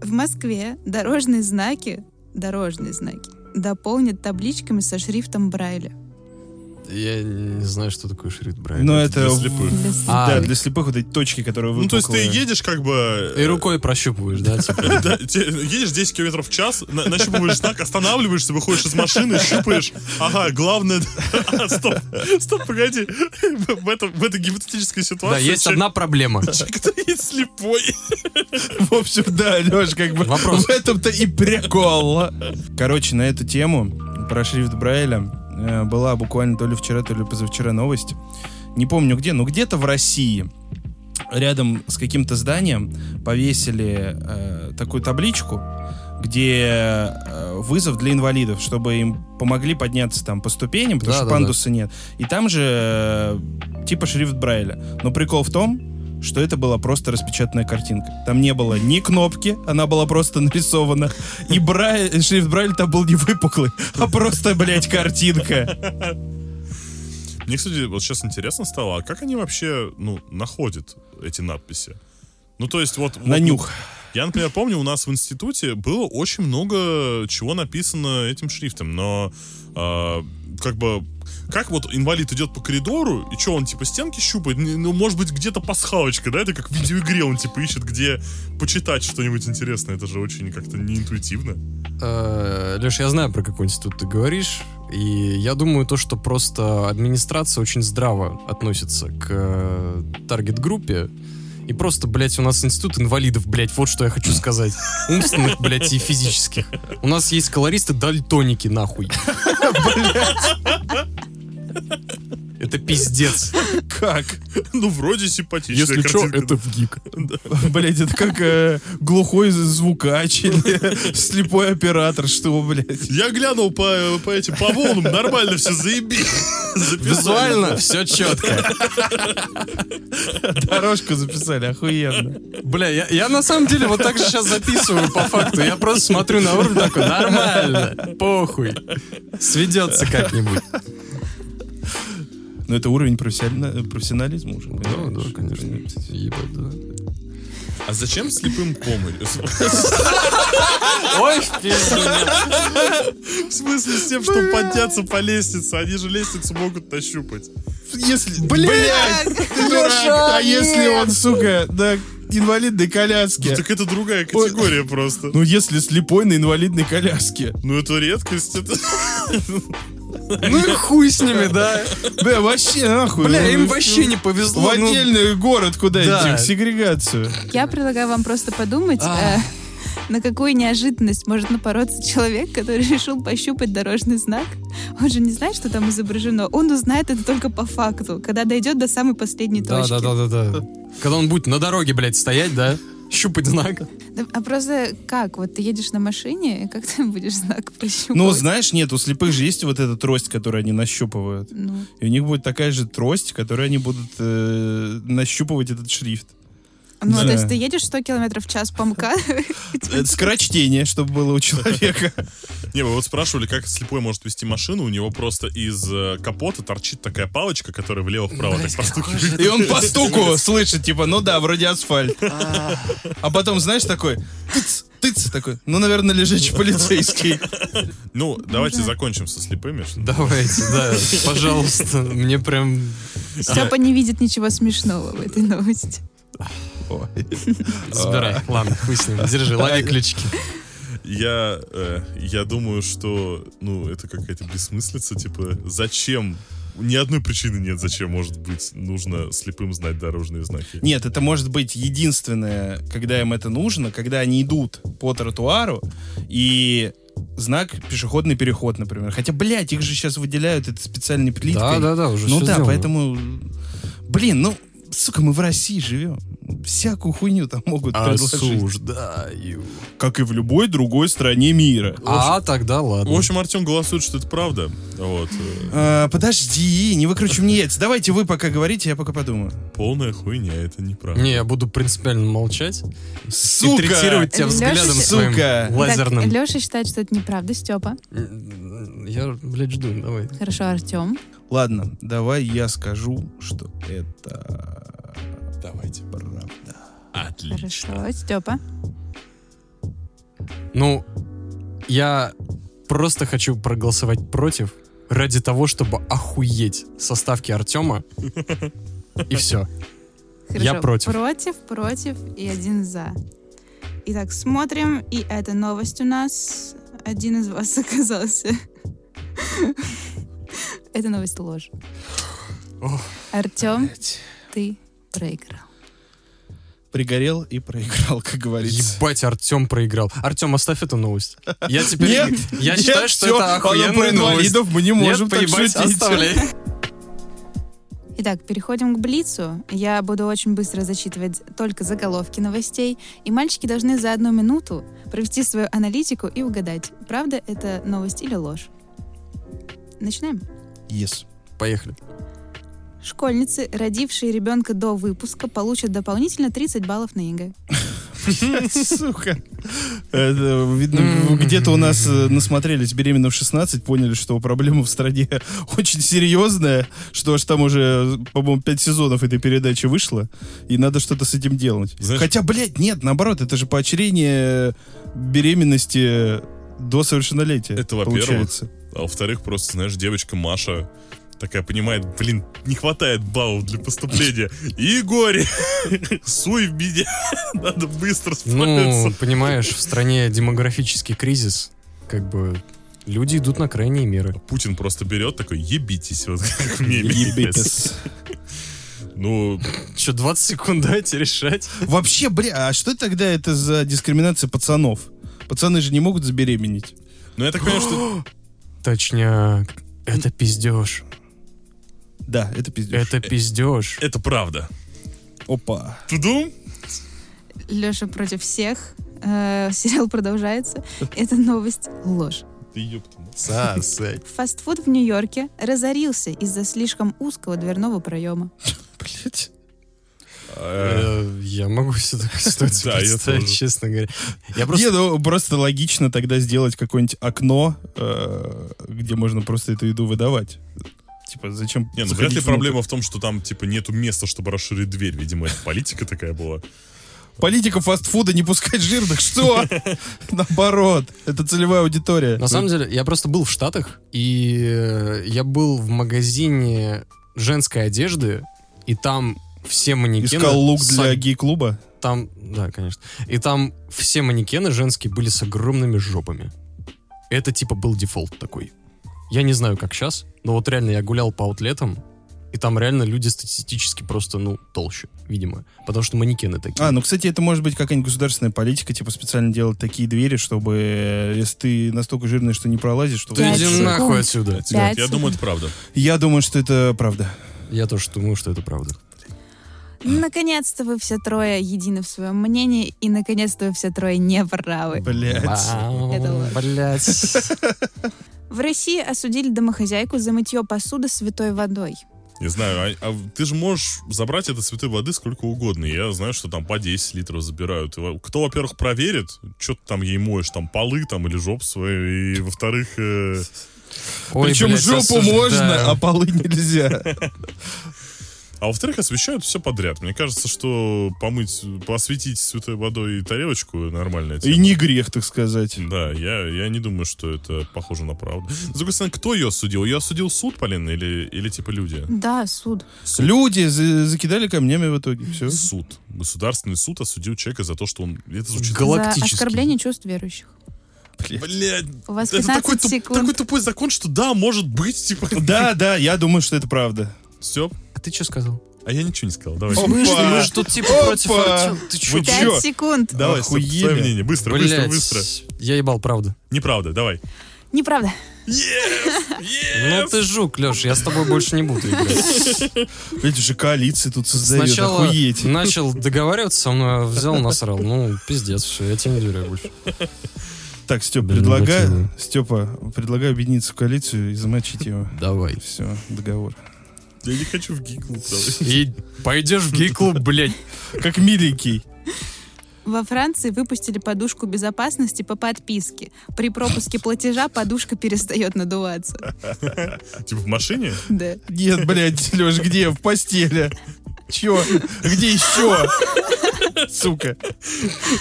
Speaker 4: В Москве дорожные знаки, дорожные знаки, дополнят табличками со шрифтом Брайля.
Speaker 3: Я не знаю, что такое шрифт Брайля.
Speaker 2: Но это...
Speaker 1: для
Speaker 2: в-
Speaker 1: слепых.
Speaker 4: Для
Speaker 3: А.
Speaker 2: Да,
Speaker 4: слепых.
Speaker 2: для слепых вот эти точки, которые вы.
Speaker 1: Ну, то есть ты едешь как бы...
Speaker 3: И рукой прощупываешь, да? типа?
Speaker 1: Да, те- едешь 10 километров в час, на- нащупываешь знак, останавливаешься, выходишь из машины, щупаешь. Ага, главное... А, стоп, стоп, погоди. В, этом, в этой гипотетической ситуации...
Speaker 3: Да, есть
Speaker 1: человек-
Speaker 3: одна проблема.
Speaker 1: Кто есть слепой?
Speaker 2: В общем, да, Леш, как бы
Speaker 3: Вопрос.
Speaker 2: в этом-то и прикол. Короче, на эту тему про шрифт Брайля э, была буквально то ли вчера, то ли позавчера новость. Не помню где, но где-то в России рядом с каким-то зданием повесили э, такую табличку, где э, вызов для инвалидов, чтобы им помогли подняться там по ступеням, потому
Speaker 3: Да,
Speaker 2: что
Speaker 3: да, да.
Speaker 2: пандуса нет. И там же э, типа шрифт Брайля. Но прикол в том, что это была просто распечатанная картинка. Там не было ни кнопки, она была просто нарисована. И Брайль- шрифт Брайля там был не выпуклый, а просто, блядь, картинка.
Speaker 1: Мне, кстати, вот сейчас интересно стало, а как они вообще, ну, находят эти надписи? Ну, то есть вот...
Speaker 2: На
Speaker 1: вот,
Speaker 2: нюх.
Speaker 1: Я, например, помню, у нас в институте было очень много чего написано этим шрифтом, но а, как бы как вот инвалид идет по коридору, и что, он типа стенки щупает? Не- Ну, может быть, где-то пасхалочка, да? Это как в видеоигре, он типа ищет, где почитать что-нибудь интересное. Это же очень как-то неинтуитивно.
Speaker 3: Э, Леш, я знаю, про какой институт ты говоришь. И я думаю, то, что просто администрация очень здраво относится к э, таргет-группе. И просто, блядь, у нас институт инвалидов, блядь, вот что я хочу сказать. Умственных, блядь, и физических. У нас есть колористы дальтоники, нахуй. Блядь. Это пиздец.
Speaker 2: Как?
Speaker 1: Ну, вроде симпатичная
Speaker 3: Если что,
Speaker 1: картинка.
Speaker 3: это в гик.
Speaker 2: Блять, это как э, глухой звукач или слепой оператор, что, блядь.
Speaker 1: Я глянул по, по этим, по волнам, нормально все, заеби.
Speaker 3: Визуально все четко.
Speaker 2: Дорожку записали, охуенно.
Speaker 3: Бля, я, я на самом деле вот так же сейчас записываю по факту. Я просто смотрю на уровень такой, нормально, похуй. Сведется как-нибудь.
Speaker 2: Но Ну, это уровень профессионали- профессионализма уже. понимаешь?
Speaker 3: Ебать, да.
Speaker 1: А зачем слепым помощь?
Speaker 3: Ой, в пизду, нет.
Speaker 1: В смысле с тем, что подняться по лестнице? Они же лестницу могут нащупать. Ну,
Speaker 2: Если... Блядь! ты дурак!
Speaker 3: Леша,
Speaker 2: А если
Speaker 3: нет!
Speaker 2: он, сука, на инвалидной коляске?
Speaker 1: Ну, Так это другая категория просто.
Speaker 2: Ну, если слепой на инвалидной коляске.
Speaker 1: Ну это редкость. Это...
Speaker 3: Ну и хуй с ними, да.
Speaker 2: Бля, вообще нахуй.
Speaker 3: Бля,
Speaker 2: Ну,
Speaker 3: им
Speaker 2: в-
Speaker 3: вообще не повезло.
Speaker 2: В
Speaker 3: ну.
Speaker 2: отдельный город куда
Speaker 3: Да.
Speaker 2: идти, в сегрегацию.
Speaker 4: Я предлагаю вам просто подумать,
Speaker 3: А.
Speaker 4: э, на какую неожиданность может напороться человек, который решил пощупать дорожный знак. Он же не знает, что там изображено. Он узнает это только по факту, когда дойдет до самой последней
Speaker 3: Да,
Speaker 4: точки.
Speaker 3: да, да, да, да. Когда он будет на дороге, блядь, стоять, да, щупать знак.
Speaker 4: Да, А просто как? Вот ты едешь на машине, и как ты будешь знак пощупать?
Speaker 2: Ну, знаешь, нет, у слепых же есть вот эта трость, которую они нащупывают.
Speaker 4: Ну,
Speaker 2: И у них будет такая же трость, которой они будут э, нащупывать этот шрифт.
Speaker 4: ну,
Speaker 2: Да.
Speaker 4: то есть ты едешь 100 километров в час по МКАД,
Speaker 2: Это скорочтение, чтобы было у человека.
Speaker 1: Не, вы вот спрашивали, как слепой может вести машину. У него просто из э, капота торчит такая палочка, которая влево-вправо так постукивает.
Speaker 2: И он по стуку слышит, типа, ну да, вроде асфальт. А потом, знаешь, такой, тыц, тыц, такой, ну, наверное, лежачий полицейский.
Speaker 1: Ну, давайте закончим со слепыми. что ли.
Speaker 3: Давайте, да, пожалуйста. Мне прям...
Speaker 4: Степа не видит ничего смешного в этой новости.
Speaker 3: Забирай. Ладно, хуй с ним. Держи, лови ключики.
Speaker 1: Я, э, я думаю, что, ну, это какая-то бессмыслица. Типа, зачем Ни одной причины нет, зачем, может быть, нужно слепым знать дорожные знаки.
Speaker 2: Нет, это может быть единственное, когда им это нужно, когда они идут по тротуару и знак пешеходный переход, например. Хотя, блядь, их же сейчас выделяют это специальной плиткой.
Speaker 3: Да, да, да, уже
Speaker 2: Ну
Speaker 3: всё
Speaker 2: да,
Speaker 3: сделано.
Speaker 2: поэтому... Блин, ну, сука, мы в России живем. Всякую хуйню там могут
Speaker 1: А,
Speaker 3: А,
Speaker 2: предложить.
Speaker 3: Осуждаю.
Speaker 2: Как и в любой другой стране мира.
Speaker 3: А, тогда ладно.
Speaker 1: В общем, Артем голосует, что это правда. Вот. э,
Speaker 2: А, подожди, не выкручивай мне яйца. Давайте вы пока говорите, я пока подумаю.
Speaker 1: Полная хуйня, это неправда.
Speaker 3: Не, я буду принципиально молчать
Speaker 2: Сука!
Speaker 3: и третировать тебя
Speaker 4: Лёша,
Speaker 3: взглядом своим
Speaker 2: сука!
Speaker 4: Так,
Speaker 3: лазерным.
Speaker 4: Леша считает, что это неправда, Степа.
Speaker 3: Я, блядь, жду, давай.
Speaker 4: Хорошо, Артем.
Speaker 2: Ладно, давай я скажу, что это
Speaker 1: Давайте.
Speaker 2: правда.
Speaker 1: Отлично.
Speaker 4: Хорошо, Степа.
Speaker 3: Ну, я просто хочу проголосовать против ради того, чтобы охуеть со ставки Артема. И все.
Speaker 4: Хорошо.
Speaker 3: Я против.
Speaker 4: Против, против и один за. Итак, смотрим. И эта новость у нас. Один из вас оказался. Эта новость ложь.
Speaker 3: Ох,
Speaker 4: Артем, ты проиграл.
Speaker 2: Пригорел и проиграл, как говорится.
Speaker 3: Ебать, Артем проиграл. Артем, оставь эту новость. Я теперь... я
Speaker 2: нет,
Speaker 3: считаю, что
Speaker 2: всё,
Speaker 3: это
Speaker 2: а про
Speaker 3: охуенная новость.
Speaker 2: инвалидов мы не можем
Speaker 3: Нет,
Speaker 2: так
Speaker 3: поебать,
Speaker 2: шутить.
Speaker 3: оставляй.
Speaker 4: Итак, переходим к Блицу. Я буду очень быстро зачитывать только заголовки новостей, и мальчики должны за одну минуту провести свою аналитику и угадать, правда это новость или ложь. Начинаем.
Speaker 2: Yes.
Speaker 3: Поехали.
Speaker 4: Школьницы, родившие ребенка до выпуска, получат дополнительно 30 баллов на ЕГЭ.
Speaker 2: Сука. Это, видно, где-то у нас э, насмотрелись беременна в 16, поняли, что проблема в стране очень серьезная, что аж там уже, по-моему, 5 сезонов этой передачи вышло, и надо что-то с этим делать.
Speaker 1: Знаешь-
Speaker 2: Хотя, блядь, нет, наоборот, это же поощрение беременности до совершеннолетия.
Speaker 1: Это во-первых.
Speaker 2: получается.
Speaker 1: А во-вторых, просто, знаешь, девочка Маша такая понимает, блин, не хватает баллов для поступления. И горе! Суй в беде! Надо быстро
Speaker 3: Ну,
Speaker 1: справиться.
Speaker 3: понимаешь, в стране демографический кризис. Как бы люди идут на крайние меры.
Speaker 1: Путин просто берет такой, ебитесь, вот как мне
Speaker 2: Ебитес.
Speaker 1: Ну,
Speaker 3: Че, 20 секунд дайте решать?
Speaker 2: Вообще, бля, а что тогда это за дискриминация пацанов? Пацаны же не могут забеременеть.
Speaker 1: ну я так понимаю, что...
Speaker 3: Точняк. Это пиздеж.
Speaker 2: Да, это пиздец.
Speaker 3: Это пиздеж.
Speaker 1: Это правда.
Speaker 2: Опа.
Speaker 1: Тудум!
Speaker 4: Леша против всех. Э, сериал продолжается. Это новость ложь.
Speaker 1: Ты ёпта. мать.
Speaker 4: Фастфуд в Нью-Йорке разорился из-за слишком узкого дверного проема.
Speaker 3: Блять.
Speaker 1: Э,
Speaker 3: Я могу себе такую ситуацию
Speaker 1: Да, я
Speaker 3: представить,
Speaker 1: тоже.
Speaker 3: честно говоря. Я
Speaker 2: Просто...
Speaker 3: просто...
Speaker 2: ну, просто логично тогда сделать какое-нибудь окно, э, где можно просто эту еду выдавать. Типа, зачем...
Speaker 1: Не, ну
Speaker 2: заходить
Speaker 1: вряд ли
Speaker 2: внутрь?
Speaker 1: проблема в том, что там, типа, нету места, чтобы расширить дверь. Видимо, это политика такая была.
Speaker 2: Политика фастфуда не пускать жирных, что? Наоборот, это целевая аудитория.
Speaker 3: На самом деле, я просто был в Штатах, и э, я был в магазине женской одежды, и там все манекены...
Speaker 2: Искал лук
Speaker 3: с
Speaker 2: для
Speaker 3: ог-
Speaker 2: гей-клуба.
Speaker 3: Там, да, конечно. И там все манекены женские были с огромными жопами. Это типа был дефолт такой. Я не знаю, как сейчас, но вот реально я гулял по аутлетам, и там реально люди статистически просто, ну, толще, видимо. Потому что манекены такие.
Speaker 2: А, ну, кстати, это может быть какая-нибудь государственная политика, типа специально делать такие двери, чтобы, э, если ты настолько жирный, что не пролазишь, то...
Speaker 3: Ты
Speaker 4: пять
Speaker 3: иди
Speaker 4: секунд.
Speaker 3: нахуй отсюда.
Speaker 4: Пять
Speaker 1: Я думаю, это правда.
Speaker 2: Я думаю, что это правда.
Speaker 3: Я тоже думаю, что это правда.
Speaker 4: Наконец-то вы все трое едины в своем мнении, и наконец-то вы все трое не правы.
Speaker 2: Блять.
Speaker 4: Это ложь.
Speaker 3: Блять.
Speaker 4: В России осудили домохозяйку за мытье посуды святой водой.
Speaker 1: Не знаю, а, а ты же можешь забрать это святой воды сколько угодно. Я знаю, что там по 10 литров забирают. И во- Кто, во-первых, проверит, что ты там ей моешь, там полы там или жоп свою, и во-вторых, э,
Speaker 2: Причем жопу можно, а полы нельзя.
Speaker 1: а во-вторых, освещают все подряд. Мне кажется, что помыть, посветить святой водой тарелочку нормальная тема.
Speaker 2: И не грех, так сказать.
Speaker 1: Да, я, я не думаю, что это похоже на правду. С другой стороны, кто ее осудил? Ее осудил суд, Полин, или, или типа люди?
Speaker 4: Да, суд.
Speaker 2: Люди за- закидали камнями в итоге. Все.
Speaker 1: Суд. Государственный суд осудил человека за то, что он... Это звучит
Speaker 3: Галактический.
Speaker 4: За оскорбление чувств верующих.
Speaker 1: Блядь.
Speaker 4: У вас
Speaker 1: Это
Speaker 4: 15
Speaker 1: такой, туп-
Speaker 4: секунд.
Speaker 1: такой тупой закон, что да, может быть, типа.
Speaker 2: Да, да, я думаю, что это правда.
Speaker 1: Все.
Speaker 3: А ты что сказал?
Speaker 1: А я ничего не сказал. Давай.
Speaker 2: Опа.
Speaker 3: Мы же, мы же тут типа
Speaker 2: Опа.
Speaker 3: против Артема. Ты чё?
Speaker 1: Вы
Speaker 4: Пять
Speaker 2: чё?
Speaker 4: секунд.
Speaker 1: Давай, Стоп,
Speaker 2: Охуели.
Speaker 1: свое мнение. Быстро, быстро,
Speaker 3: Блядь,
Speaker 1: быстро.
Speaker 3: Я ебал правду.
Speaker 1: Неправда, давай.
Speaker 4: Неправда.
Speaker 1: Yes! Yes!
Speaker 3: Ну ты жук, Леш, я с тобой больше не буду играть.
Speaker 2: Видите, же коалиции тут создают,
Speaker 3: Сначала
Speaker 2: охуеть.
Speaker 3: начал договариваться со мной, а взял насрал. Ну, пиздец, все, я тебе не доверяю больше.
Speaker 2: Так, Степ,
Speaker 3: Блин,
Speaker 2: предлагаю,
Speaker 3: ботина.
Speaker 2: Степа, предлагаю объединиться в коалицию и замочить его.
Speaker 3: Давай.
Speaker 2: Все, договор.
Speaker 1: Я не хочу в гик-клуб. давай.
Speaker 3: И пойдешь в гей-клуб, блядь.
Speaker 2: Как миленький.
Speaker 4: Во Франции выпустили подушку безопасности по подписке. При пропуске платежа подушка перестает надуваться.
Speaker 1: Типа в машине?
Speaker 4: Да.
Speaker 2: Нет, блядь, Леш, где? В постели. Чё? Где еще? Сука.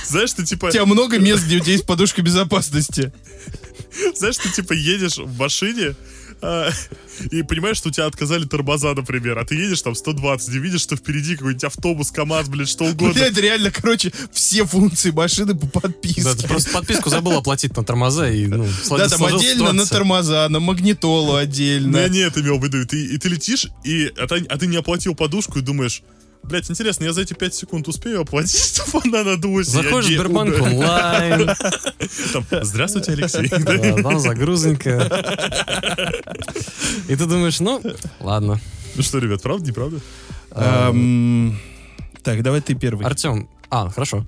Speaker 1: Знаешь, ты типа...
Speaker 2: У тебя много мест, где у тебя есть подушка безопасности.
Speaker 1: Знаешь, ты типа едешь в машине, а, и понимаешь, что у тебя отказали тормоза, например, а ты едешь там 120, и видишь, что впереди какой-нибудь автобус, КамАЗ, блядь, что угодно.
Speaker 2: Блядь, реально, короче, все функции машины
Speaker 3: Да,
Speaker 2: по
Speaker 3: ты
Speaker 2: подписке.
Speaker 3: просто подписку забыл оплатить на тормоза и, ну,
Speaker 2: Да, там отдельно на тормоза, на магнитолу
Speaker 1: Не,
Speaker 2: отдельно.
Speaker 1: нет, имел в виду. И ты, и ты летишь, и, а, ты, а ты не оплатил подушку и думаешь, блядь, интересно, я за эти 5 секунд успею оплатить, чтобы она надулась? и я
Speaker 3: Заходишь в
Speaker 1: не
Speaker 3: Сбербанк
Speaker 1: умер».
Speaker 3: онлайн,
Speaker 1: Там, Здравствуйте, Алексей.
Speaker 3: да, там загрузонька. И ты думаешь, ну, ладно.
Speaker 1: Ну что, ребят, правда, неправда?
Speaker 2: Эм, Так, давай ты первый.
Speaker 3: Артем, а, хорошо.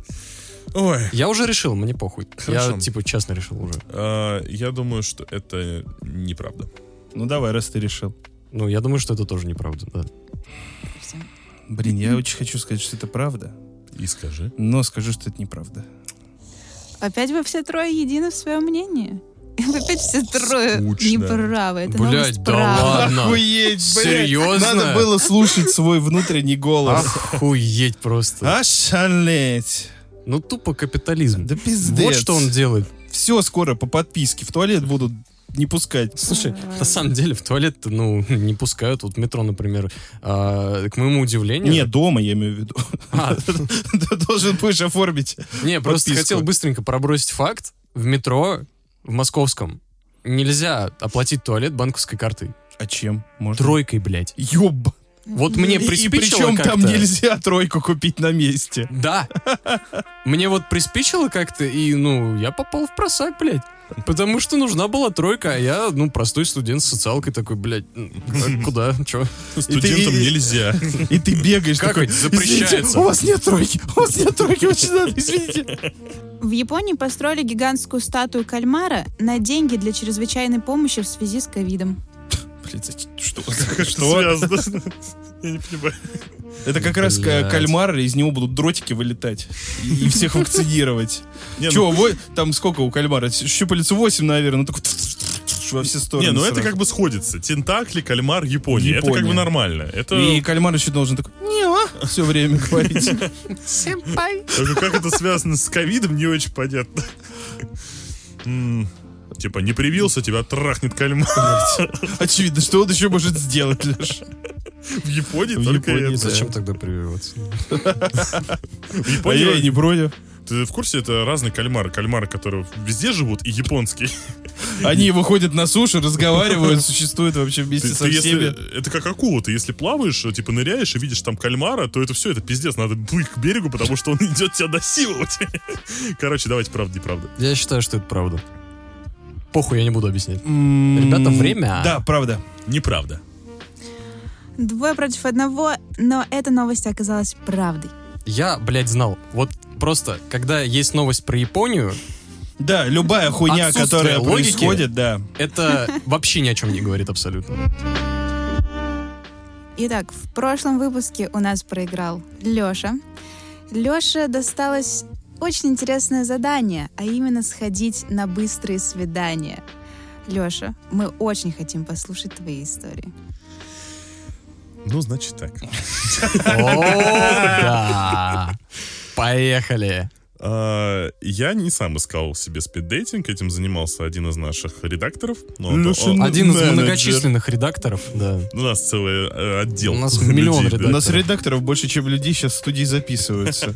Speaker 1: Ой.
Speaker 3: Я уже решил, мне похуй.
Speaker 1: Хорошо.
Speaker 3: Я, типа, честно решил уже.
Speaker 1: А, Я думаю, что это неправда.
Speaker 2: Ну давай, раз ты решил.
Speaker 3: Ну, я думаю, что это тоже неправда, да.
Speaker 4: Всё.
Speaker 2: Блин, я очень хочу сказать, что это правда,
Speaker 1: И скажи.
Speaker 2: но скажу, что это неправда.
Speaker 4: Опять вы все трое едины в своем мнении. И вы Опять все трое
Speaker 1: Скучно.
Speaker 4: неправы. Это
Speaker 3: Блядь,
Speaker 4: новость
Speaker 3: да
Speaker 4: правда.
Speaker 3: ладно.
Speaker 2: Охуеть, блядь.
Speaker 3: Серьезно?
Speaker 2: Надо было слушать свой внутренний голос.
Speaker 3: Охуеть просто.
Speaker 2: Ошалеть.
Speaker 3: Ну, тупо капитализм.
Speaker 2: Да пиздец.
Speaker 3: Вот что он делает.
Speaker 2: Все скоро по подписке в туалет будут не пускать.
Speaker 3: Слушай, на самом деле в туалет ну, не пускают. Вот метро, например, а, к моему удивлению...
Speaker 2: Нет, дома, я имею в виду.
Speaker 3: А,
Speaker 2: Ты должен будешь оформить.
Speaker 3: Не, просто
Speaker 2: Подписку.
Speaker 3: хотел быстренько пробросить факт. В метро, в московском, нельзя оплатить туалет банковской картой.
Speaker 2: А чем? Можно?
Speaker 3: Тройкой, блядь.
Speaker 2: Ёб.
Speaker 3: Вот мне
Speaker 2: И- И
Speaker 3: приспичило
Speaker 2: причем там
Speaker 3: как-то.
Speaker 2: нельзя тройку купить на месте.
Speaker 3: Да. Мне вот приспичило как-то, и, ну, я попал в просак, блядь. Потому что нужна была тройка, а я, ну, простой студент с социалкой такой, блядь, м, а куда, чё?
Speaker 1: Студентам
Speaker 2: и-
Speaker 1: нельзя.
Speaker 2: И ты бегаешь
Speaker 3: Как
Speaker 2: такой,
Speaker 3: это
Speaker 2: «Извините,
Speaker 3: запрещается?»
Speaker 2: у вас нет тройки, у вас нет тройки, очень надо, извините.
Speaker 4: В Японии построили гигантскую статую кальмара на деньги для чрезвычайной помощи в связи с ковидом.
Speaker 2: Блядь, за- что?
Speaker 1: Как это связано? Я не понимаю.
Speaker 2: Это как раз
Speaker 3: Блядь.
Speaker 2: к- кальмар, из него будут дротики вылетать и и всех вакцинировать.
Speaker 1: Не, ну-
Speaker 2: Че, там сколько у кальмара? Щупалицу 8, наверное, ну такой во все стороны.
Speaker 1: Не, ну это
Speaker 2: сразу.
Speaker 1: как бы сходится. Тентакли, кальмар, Япония. Это как бы
Speaker 2: Япония.
Speaker 1: нормально. Это
Speaker 2: И кальмар еще должен такой, не, все время говорить.
Speaker 1: Только как это связано с ковидом, не очень понятно. М, Типа, не привился, тебя трахнет кальмар.
Speaker 2: Очевидно, что он еще может сделать, Леш?
Speaker 1: В Японии
Speaker 2: В
Speaker 1: только
Speaker 2: Японии,
Speaker 1: это.
Speaker 3: Типа, Зачем тогда прививаться?
Speaker 1: В
Speaker 2: А
Speaker 1: Японии-
Speaker 2: я и не против.
Speaker 1: Ты в курсе, это разные кальмары. Кальмары, которые везде живут, и японские.
Speaker 2: Они выходят на сушу, разговаривают, существуют вообще вместе
Speaker 1: Ты-
Speaker 2: со
Speaker 1: ты если-
Speaker 2: всеми.
Speaker 1: это как акула. Ты если плаваешь, типа ныряешь и видишь там кальмара, то это все, это пиздец. Надо плыть к берегу, потому что он идет тебя насиловать. Короче, давайте правда, неправда.
Speaker 3: Я считаю, что это правда. Похуй, я не буду объяснять.
Speaker 2: М,
Speaker 3: Ребята, время.
Speaker 2: Да, правда.
Speaker 1: Неправда.
Speaker 4: Двое против одного, но эта новость оказалась правдой.
Speaker 3: Я, блядь, знал. Вот просто, когда есть новость про Японию,
Speaker 2: Да, любая хуйня,
Speaker 3: Отсутствие
Speaker 2: которая
Speaker 3: логики.
Speaker 2: происходит, да.
Speaker 3: это вообще ни о чем не говорит абсолютно.
Speaker 4: Итак, в прошлом выпуске у нас проиграл Леша. Леше досталось очень интересное задание, а именно сходить на быстрые свидания. Леша, мы очень хотим послушать твои истории.
Speaker 1: Ну, значит так.
Speaker 3: О, да. Поехали.
Speaker 1: А, Я не сам искал себе спиддейтинг, этим занимался один из наших редакторов. Ну, он-
Speaker 2: Наши
Speaker 1: он-
Speaker 3: Один из
Speaker 1: менеджер.
Speaker 3: многочисленных редакторов, да.
Speaker 1: У нас целый э, отдел.
Speaker 3: У нас
Speaker 1: людей,
Speaker 3: миллион
Speaker 1: да.
Speaker 2: У нас
Speaker 3: Редактора.
Speaker 2: редакторов больше, чем людей сейчас в студии записываются.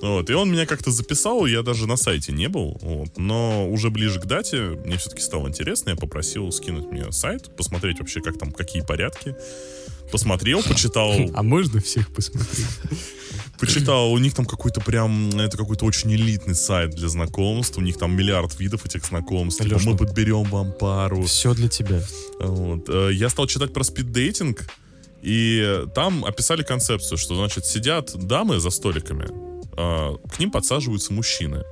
Speaker 1: Вот, и он меня как-то записал, я даже на сайте не был, вот, но уже ближе к дате мне все-таки стало интересно, я попросил скинуть мне сайт, посмотреть вообще, как там, какие порядки. Посмотрел, почитал,
Speaker 3: А можно всех посмотреть?
Speaker 1: почитал, у них там какой-то прям, это какой-то очень элитный сайт для знакомств, у них там миллиард видов этих знакомств, типа,
Speaker 3: Лёш,
Speaker 1: мы
Speaker 3: ну-
Speaker 1: подберем вам пару.
Speaker 3: Все для тебя.
Speaker 1: Вот. Э, Я стал читать про спиддейтинг, и там описали концепцию, что, значит, сидят дамы за столиками, э, к ним подсаживаются мужчины.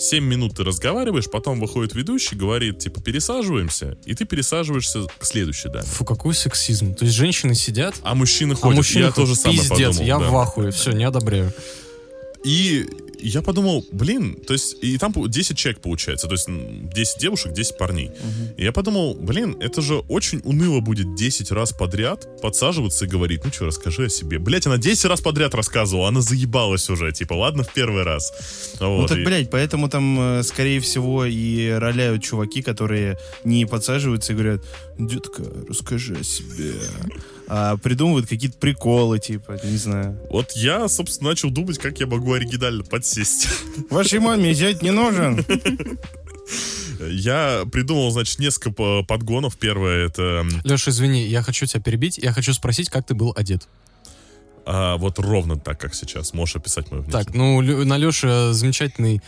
Speaker 1: Семь минут ты разговариваешь, потом выходит ведущий, говорит, типа, пересаживаемся, и ты пересаживаешься к следующей даме.
Speaker 3: Фу, какой сексизм. То есть женщины сидят,
Speaker 1: А мужчины
Speaker 3: а
Speaker 1: ходят.
Speaker 3: мужчины
Speaker 1: я тоже самое
Speaker 3: пиздец,
Speaker 1: подумал.
Speaker 3: я
Speaker 1: да.
Speaker 3: в ахуе, все, не одобряю.
Speaker 1: И я подумал, блин, то есть, и там пу- 10 человек получается, то есть м, 10 девушек, 10 парней. И я подумал, блин, это же очень уныло будет 10 раз подряд подсаживаться и говорить, ну что, расскажи о себе. Блять, она 10 раз подряд рассказывала, она заебалась уже, типа, ладно, в первый раз.
Speaker 2: Ну
Speaker 1: Вот,
Speaker 2: так,
Speaker 1: и-
Speaker 2: блядь, поэтому там, э, скорее всего, и роляют чуваки, которые не подсаживаются и говорят, детка, расскажи о себе. А придумывают какие-то приколы, типа, не знаю.
Speaker 1: Вот я, собственно, начал думать, как я могу оригинально подсесть.
Speaker 2: Вашей маме зять не нужен.
Speaker 1: Я придумал, значит, несколько по- подгонов. Первое это м,
Speaker 3: Леша, извини, я хочу тебя перебить. Я хочу спросить, как ты был одет.
Speaker 1: а, вот ровно так, как сейчас. Можешь описать мою
Speaker 3: Так, ну, Лё- на Леше замечательный,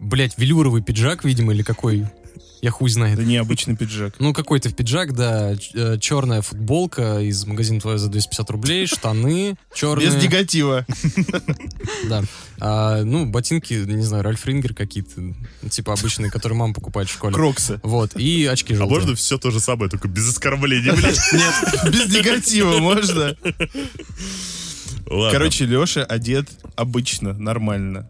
Speaker 3: блядь, велюровый пиджак, видимо, или какой? Я хуй знает.
Speaker 2: Это необычный пиджак.
Speaker 3: Ну, какой-то в пиджак, да, черная футболка из магазина твоя за 250 рублей, штаны черные.
Speaker 2: Без негатива.
Speaker 3: Да. А, ну, ботинки, не знаю, Ральф Рингер какие-то, типа обычные, которые мама покупает в школе.
Speaker 2: Кроксы.
Speaker 3: Вот, и очки
Speaker 1: А
Speaker 3: желтые.
Speaker 1: можно все то же самое, только без оскорблений, блядь?
Speaker 2: Нет, без негатива можно.
Speaker 1: Ладно.
Speaker 2: Короче, Леша одет обычно, нормально.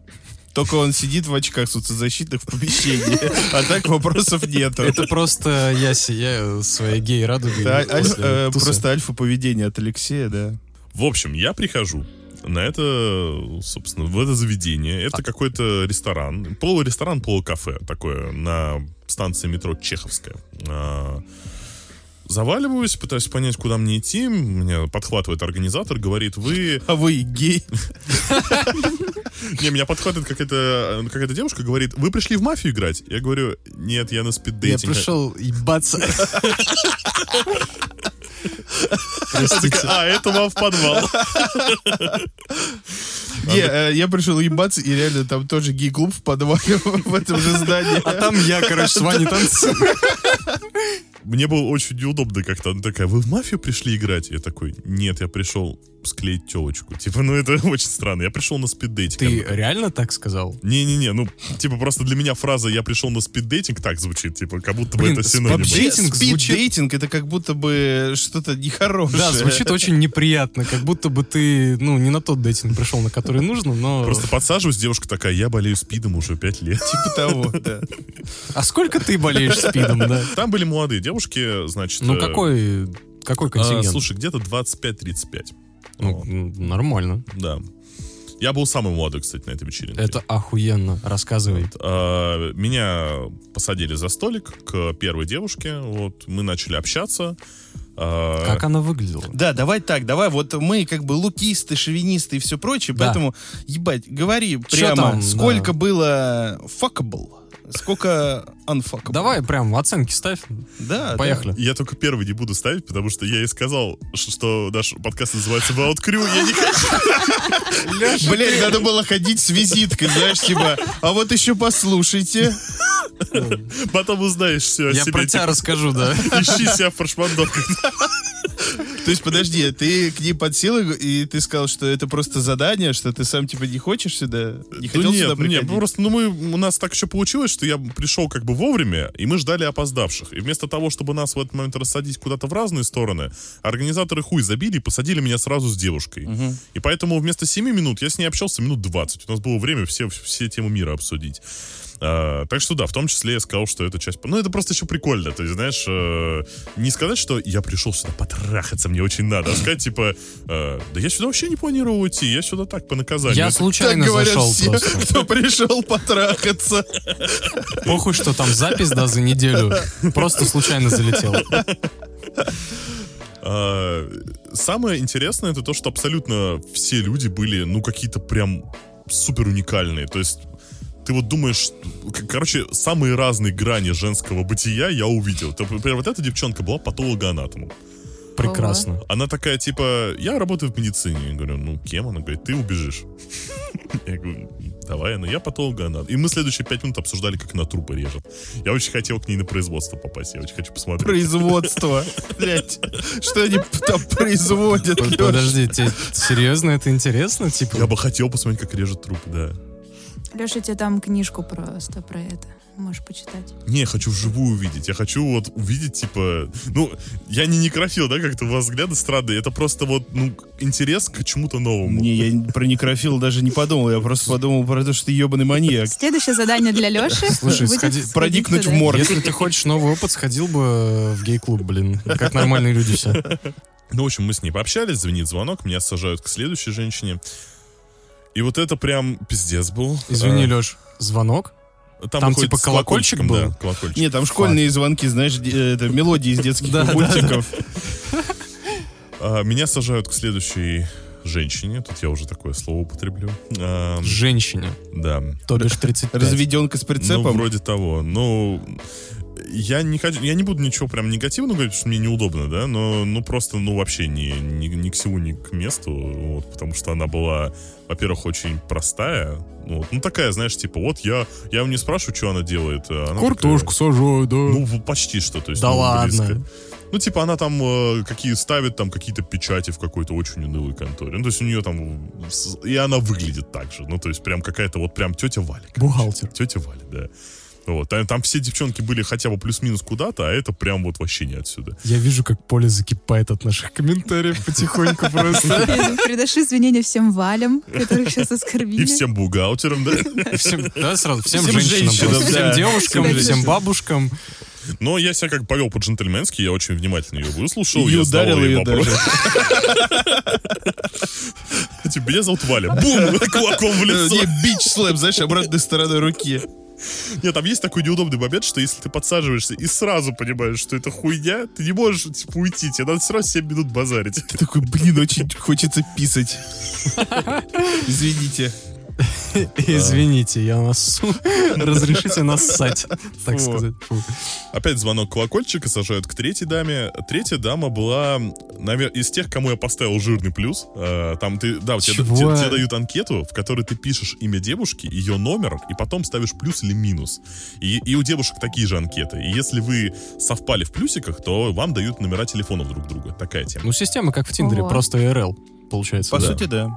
Speaker 2: Только он сидит в очках соцзащитных в помещении, а так вопросов нету.
Speaker 3: Это просто я сияю своей гей радугой.
Speaker 2: Это, а,
Speaker 3: после
Speaker 2: э,
Speaker 3: тусы.
Speaker 2: просто альфа-поведение от Алексея, да.
Speaker 1: В общем, я прихожу на это, собственно, в это заведение.
Speaker 3: А.
Speaker 1: Это какой-то ресторан. Полуресторан, полукафе такое на станции метро Чеховская. А, Заваливаюсь, пытаюсь понять, куда мне идти. Меня подхватывает организатор, говорит, вы...
Speaker 2: А вы гей.
Speaker 1: Не, меня подхватывает какая-то э, какая-то девушка, говорит, вы пришли в мафию играть? Я говорю, нет, я на
Speaker 3: Я
Speaker 1: спиддейтинг.
Speaker 3: пришел ебаться. Простите.
Speaker 1: А, это вам в подвал.
Speaker 2: Не, э, я пришел ебаться, и реально там тоже гей-клуб в подвале в этом же здании.
Speaker 3: А там я, короче, с Ваней танцую.
Speaker 1: Мне было очень неудобно как-то. Она такая, вы в мафию пришли играть? Я такой, нет, я пришел склеить телочку. Типа, ну это очень странно. Я пришел на спиддейтинг.
Speaker 3: Ты реально так сказал?
Speaker 1: Не-не-не, ну, типа, просто для меня фраза «я пришел на спиддейтинг» так звучит, типа, как будто бы
Speaker 3: Блин,
Speaker 1: это
Speaker 3: с
Speaker 1: синоним.
Speaker 3: PUBG? Спид-дейтинг звучит-
Speaker 2: Спид-дейтинг это как будто бы что-то нехорошее.
Speaker 3: Да, звучит очень неприятно, как будто бы ты, ну, не на тот дейтинг пришел, на который нужно, но...
Speaker 1: Просто подсаживаюсь, девушка такая, я болею спидом уже пять лет.
Speaker 2: Типа того, да.
Speaker 3: А сколько ты болеешь спидом, да?
Speaker 1: Там были молодые девушки, значит...
Speaker 3: Ну,
Speaker 1: э,
Speaker 3: какой... Какой
Speaker 1: а,
Speaker 3: контингент?
Speaker 1: Слушай, где-то 25-35.
Speaker 3: Ну,
Speaker 1: Вот,
Speaker 3: м, нормально.
Speaker 1: Да. Я был самый молодой, кстати, на этой вечеринке.
Speaker 3: Это охуенно. Рассказывай.
Speaker 1: А, Меня посадили за столик к первой девушке. Вот мы начали общаться. А,
Speaker 3: Как она выглядела?
Speaker 2: Да, давай так, давай. Вот мы как бы лукисты, шовинисты и все прочее,
Speaker 3: Да.
Speaker 2: поэтому, ебать, говори прямо,
Speaker 3: там,
Speaker 2: сколько
Speaker 3: да.
Speaker 2: было fuckable, сколько unfuckable.
Speaker 3: Давай прям оценки ставь.
Speaker 2: А, Да, да.
Speaker 3: Поехали.
Speaker 1: Я только первый не буду ставить, потому что я и сказал, ш- что наш подкаст называется «Wild Crew». Я не хочу.
Speaker 2: Блять, надо было ходить с визиткой, знаешь, типа, а вот еще послушайте.
Speaker 1: Потом узнаешь все о
Speaker 3: Я
Speaker 1: себе.
Speaker 3: про тебя расскажу, да.
Speaker 1: типа, Ищи себя в прошмандовках.
Speaker 2: То есть, подожди, ты к ней подсел, и и ты сказал, что это просто задание, что ты сам, типа, не хочешь сюда, не хотел
Speaker 1: Ну, нет,
Speaker 2: сюда
Speaker 1: нет,
Speaker 2: приходить?
Speaker 1: просто, ну мы, у нас так еще получилось, что я пришел как бы вовремя, и мы ждали опоздавших. И вместо того, чтобы нас в этот момент рассадить куда-то в разные стороны, организаторы хуй забили и посадили меня сразу с девушкой. И поэтому вместо 7 минут я с ней общался минут 20. У нас было время все, все темы мира обсудить. А, А, так что да, в том числе я сказал, что это часть... Ну, это просто еще прикольно. То есть, знаешь, э, не сказать, что я пришел сюда потрахаться, мне очень надо, а сказать, типа, э, да я сюда вообще не планировал уйти, я сюда так по наказанию.
Speaker 3: Я
Speaker 1: Это
Speaker 2: Так
Speaker 3: случайно
Speaker 2: говорят
Speaker 3: зашел
Speaker 2: все,
Speaker 3: просто.
Speaker 2: кто пришел потрахаться.
Speaker 3: Похуй, что там запись, да, за неделю. Просто случайно залетел.
Speaker 1: А, Самое интересное это то, что абсолютно все люди были, ну, какие-то прям супер уникальные. То есть ты вот думаешь, к- короче, самые разные грани женского бытия я увидел. Там, Например, вот эта девчонка была патологоанатомом.
Speaker 3: Прекрасно.
Speaker 1: Она такая, типа, я работаю в медицине. Я говорю, ну, кем? Она говорит, ты убежишь. Я говорю, давай, ну, я патологоанатом. И мы следующие пять минут обсуждали, как она трупы режет. Я очень хотел к ней на производство попасть. Я очень хочу посмотреть.
Speaker 2: Производство. Блять. Что они там производят?
Speaker 3: Под-
Speaker 2: Лёш?
Speaker 3: Подожди, тебе серьезно это интересно?
Speaker 1: Я
Speaker 3: Типа,
Speaker 1: бы хотел посмотреть, как режет труп, да.
Speaker 4: Леша, тебе там книжку просто про это. Можешь почитать.
Speaker 1: Не, я хочу вживую увидеть. Я хочу вот увидеть, типа... Ну, я не некрофил, да, как-то у вас взгляды странные. Это просто вот, ну, интерес к чему-то новому.
Speaker 2: Не, я про некрофила даже не подумал. Я просто подумал про то, что ты ебаный маньяк.
Speaker 4: Следующее задание для Леши.
Speaker 3: Слушай, сходи-
Speaker 2: проникнуть в
Speaker 4: мор.
Speaker 2: морг.
Speaker 3: если ты хочешь новый опыт, сходил бы э, в гей-клуб, блин. Как нормальные люди все.
Speaker 1: Ну, в общем, мы с ней пообщались, звонит звонок, меня сажают к следующей женщине. И вот это прям пиздец был. Э,
Speaker 3: Извини, Леш, звонок?
Speaker 1: А,
Speaker 3: там
Speaker 1: выходит
Speaker 3: типа
Speaker 1: с колокольчиком,
Speaker 3: колокольчик был?
Speaker 1: Да, колокольчик.
Speaker 2: Не, там школьные звонки, знаешь, де- э, это мелодии из детских мультиков.
Speaker 1: А, меня сажают к следующей женщине. Тут я уже такое слово употреблю. А,
Speaker 3: Женщине,
Speaker 1: да.
Speaker 3: то бишь 35.
Speaker 2: Разведенка с
Speaker 1: Ну,
Speaker 2: прицепом.
Speaker 1: вроде того. Ну, я не хочу, я не буду ничего прям негативно говорить, потому что мне неудобно, да, но ну просто, ну вообще ни, ни, ни к селу, ни к месту, вот, потому что она была, во-первых, очень простая, вот, ну такая, знаешь, типа, вот я, я у нее спрашиваю, что она делает, а она
Speaker 3: Картошку сажаю, да.
Speaker 1: такая, ну почти что, то есть
Speaker 3: Да
Speaker 1: ну,
Speaker 3: ладно.
Speaker 1: близко. Ну, типа, она там э, какие ставит там какие-то печати в какой-то очень унылой конторе. Ну, то есть у нее там... с- И она выглядит так же. Ну, то есть прям какая-то вот прям тетя Валя.
Speaker 3: Бухгалтер.
Speaker 1: Тетя Валя, да. Вот. Там, там все девчонки были хотя бы плюс-минус куда-то, а это прям вот вообще не отсюда.
Speaker 3: Я вижу, как поле закипает от наших комментариев потихоньку просто.
Speaker 4: Придашь Э, извинения всем валям, которых сейчас
Speaker 1: И
Speaker 4: оскорбили.
Speaker 1: всем бухгалтерам, да.
Speaker 3: Всем, да, сразу, всем,
Speaker 2: Всем
Speaker 3: женщинам,
Speaker 2: женщинам,
Speaker 3: просто,
Speaker 2: да.
Speaker 3: всем девушкам,
Speaker 4: Всем
Speaker 3: всем
Speaker 4: женщинам.
Speaker 3: бабушкам.
Speaker 1: Но я себя как повел по-джентльменски, я очень внимательно ее выслушал.
Speaker 2: И
Speaker 1: я задал
Speaker 2: ударил
Speaker 1: ей
Speaker 2: ее
Speaker 1: вопрос.
Speaker 2: даже.
Speaker 1: Типа, меня зовут Валя. Бум! Кулаком в лицо.
Speaker 2: Э, Не, бич слэп, знаешь, обратной стороной руки.
Speaker 1: Нет, там есть такой неудобный момент, что если ты подсаживаешься и сразу понимаешь, что это хуйня, ты не можешь, типа, уйти. Тебе надо сразу 7 минут базарить.
Speaker 2: Ты такой, блин, очень хочется писать. Извините.
Speaker 3: Извините, я насу. Разрешите нассать, так
Speaker 2: Фу.
Speaker 3: сказать. Фу.
Speaker 1: Опять звонок колокольчика сажают к третьей даме. Третья дама была, наверное, из тех, кому я поставил жирный плюс. Э, Там ты, да, у тебя-
Speaker 3: Чего?
Speaker 1: тебе, тебе дают анкету, в которой ты пишешь имя девушки, ее номер, и потом ставишь плюс или минус. И, и у девушек такие же анкеты. И если вы совпали в плюсиках, то вам дают номера телефонов друг друга. Такая тема.
Speaker 3: Ну, система как в Тиндере,
Speaker 4: Ого.
Speaker 3: просто ИРЛ, получается.
Speaker 2: По
Speaker 3: да.
Speaker 2: сути, да.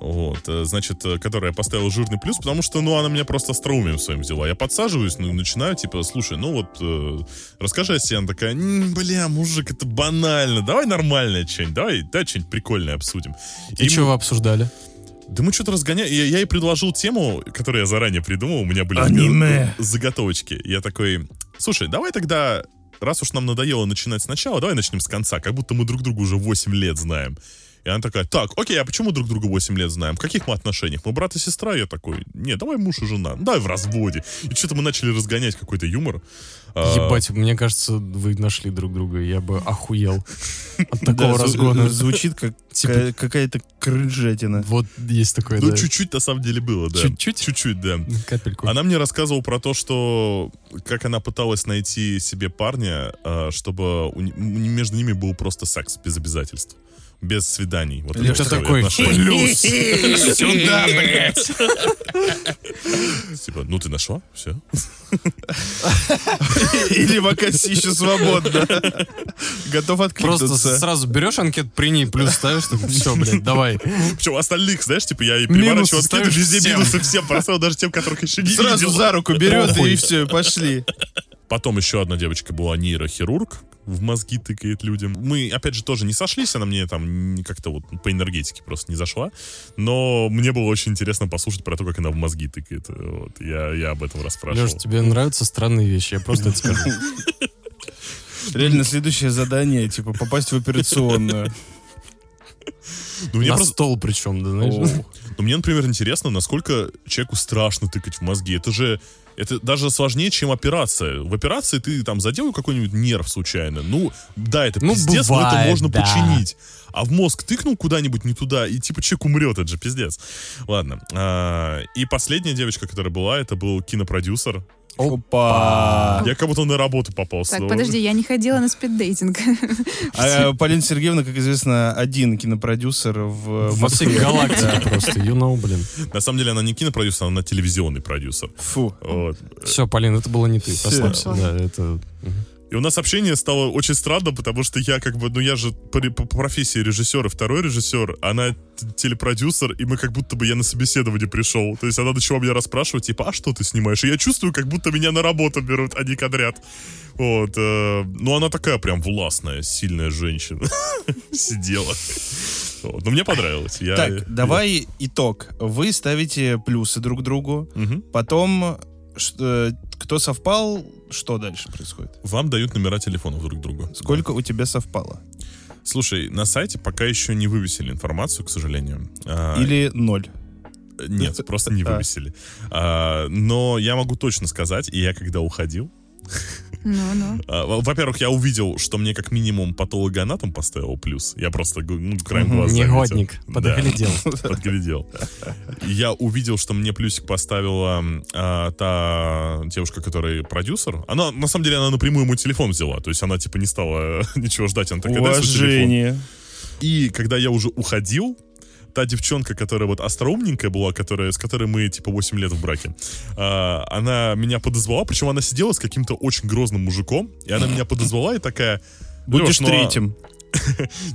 Speaker 1: Вот, э, значит, э, которая поставила жирный плюс, потому что, ну, она меня просто остроумием своим взяла. Я подсаживаюсь, ну, начинаю, типа, слушай, ну вот, э, расскажи о себе. Она такая, «М, бля, мужик, это банально, давай нормальное что-нибудь, давай, да, что-нибудь прикольное обсудим.
Speaker 3: И
Speaker 1: И
Speaker 3: что вы обсуждали?
Speaker 1: Да мы что-то разгоняем. Я, я ей предложил тему, которую я заранее придумал, у меня были
Speaker 2: Аниме.
Speaker 1: заго- заготовочки. Я такой, слушай, давай тогда, раз уж нам надоело начинать сначала, давай начнем с конца, как будто мы друг друга уже 8 лет знаем. И она такая, так, окей, а почему друг друга 8 лет знаем? В каких мы отношениях? Мы брат и сестра? Я такой, не, давай муж и жена, ну, давай в разводе. И что-то мы начали разгонять какой-то юмор. А,
Speaker 3: Ебать, мне кажется, вы нашли друг друга, я бы охуел от такого
Speaker 2: Да, зв-
Speaker 3: разгона.
Speaker 2: Звучит как
Speaker 3: Типа-
Speaker 2: ка- какая-то крыжатина.
Speaker 3: Вот есть такое,
Speaker 1: Ну,
Speaker 3: да.
Speaker 1: чуть-чуть на самом деле было, да.
Speaker 3: Чуть-чуть?
Speaker 1: Чуть-чуть, да.
Speaker 3: Капельку.
Speaker 1: Она мне рассказывала про то, что как она пыталась найти себе парня, э, чтобы у ни- м- между ними был просто секс без обязательств, без свиданий. Вот
Speaker 3: Лёша
Speaker 1: вот
Speaker 3: такой,
Speaker 1: отношения.
Speaker 2: Сюда, блядь!
Speaker 1: Типа, ну ты нашла, все.
Speaker 2: Или вакансия еще свободна. Готов
Speaker 3: Просто
Speaker 2: откликнуться.
Speaker 3: сразу берешь анкет, при ней плюс ставишь, все, блядь, давай.
Speaker 1: Причем остальных, знаешь, типа я и
Speaker 3: Минусы
Speaker 1: переворачивал анкеты,
Speaker 3: ставишь
Speaker 1: везде
Speaker 3: всем.
Speaker 1: минусы всем, бросал даже тем, которых еще не
Speaker 2: Сразу
Speaker 1: видел.
Speaker 2: за руку берет
Speaker 3: Похуй.
Speaker 2: и все, пошли.
Speaker 1: Потом еще одна девочка была нейрохирург, в мозги тыкает людям. Мы, опять же, тоже не сошлись, она мне там не- как-то вот по энергетике просто не зашла. Но мне было очень интересно послушать про то, как она в мозги тыкает. Вот, я, я об этом расспрашивал.
Speaker 3: Леш, тебе нравятся странные вещи, я просто это скажу.
Speaker 2: Реально, следующее задание, типа, попасть в операционную.
Speaker 1: Ну, мне
Speaker 3: На
Speaker 1: просто-
Speaker 3: стол причем, да, знаешь?
Speaker 1: Ну, мне, например, интересно, насколько человеку страшно тыкать в мозги. Это же это даже сложнее, чем операция. В операции ты там задел какой-нибудь нерв случайно. Ну, да, это
Speaker 3: Ну,
Speaker 1: пиздец, но это
Speaker 3: бывает,
Speaker 1: можно
Speaker 3: да.
Speaker 1: починить. А в мозг тыкнул куда-нибудь не туда, и типа человек умрет, это же пиздец. Ладно. А, и последняя девочка, которая была, это был кинопродюсер.
Speaker 2: Опа!
Speaker 1: Я как будто на работу попал.
Speaker 4: Так,
Speaker 1: снова.
Speaker 4: подожди, я не ходила на спиддейтинг.
Speaker 2: А, э, Полина Сергеевна, как известно, один кинопродюсер в
Speaker 3: Во всей
Speaker 2: Москве.
Speaker 3: галактике просто, you know, блин.
Speaker 1: На самом деле она не кинопродюсер, она телевизионный продюсер.
Speaker 2: Фу.
Speaker 1: Вот.
Speaker 3: Все, Полин, это было не ты,
Speaker 2: Всё.
Speaker 3: расслабься. Да, это...
Speaker 1: И у нас общение стало очень странно, потому что я как бы, ну я же по, ре- по профессии режиссер, и второй режиссер, она т- телепродюсер, и мы как будто бы я на собеседование пришел. То есть она начала меня расспрашивать, типа, а что ты снимаешь? И я чувствую, как будто меня на работу берут, а не кадрят. Вот. э, ну она такая прям властная, сильная женщина. Сидела. Вот, Но мне понравилось. Я- я-
Speaker 2: Так, давай итог. Вы ставите плюсы друг другу,
Speaker 1: Мгм.
Speaker 2: потом ш- э, кто совпал, что дальше происходит?
Speaker 1: Вам дают номера телефонов друг другу.
Speaker 2: Сколько у тебя совпало?
Speaker 1: Слушай, на сайте пока еще не вывесили информацию, к сожалению. А,
Speaker 2: Или ноль?
Speaker 1: Нет, просто не
Speaker 2: А.
Speaker 1: вывесили. А, но я могу точно сказать, и я когда уходил,
Speaker 4: Ну-ну.
Speaker 1: а, во- во-первых, я увидел, что мне как минимум патологоанатом поставил плюс. Я просто г- ну, краем
Speaker 2: Мгм,
Speaker 1: глаза заметил.
Speaker 3: Негодник,
Speaker 1: Да,
Speaker 3: подоглядел.
Speaker 1: подглядел. Я увидел, что мне плюсик поставила м, а, та девушка, которая продюсер. Она, на самом деле, она напрямую мой телефон взяла. То есть она, типа, не стала ничего ждать. Она такая, «Дай свой телефон».
Speaker 2: Уважение.
Speaker 1: И когда я уже уходил, та девчонка, которая вот остроумненькая была, которая, с которой мы, типа, 8 лет в браке, а, она меня подозвала, причем она сидела с каким-то очень грозным мужиком, и она меня подозвала и такая... «Лёш,
Speaker 2: Будешь
Speaker 1: ну а-»
Speaker 2: третьим.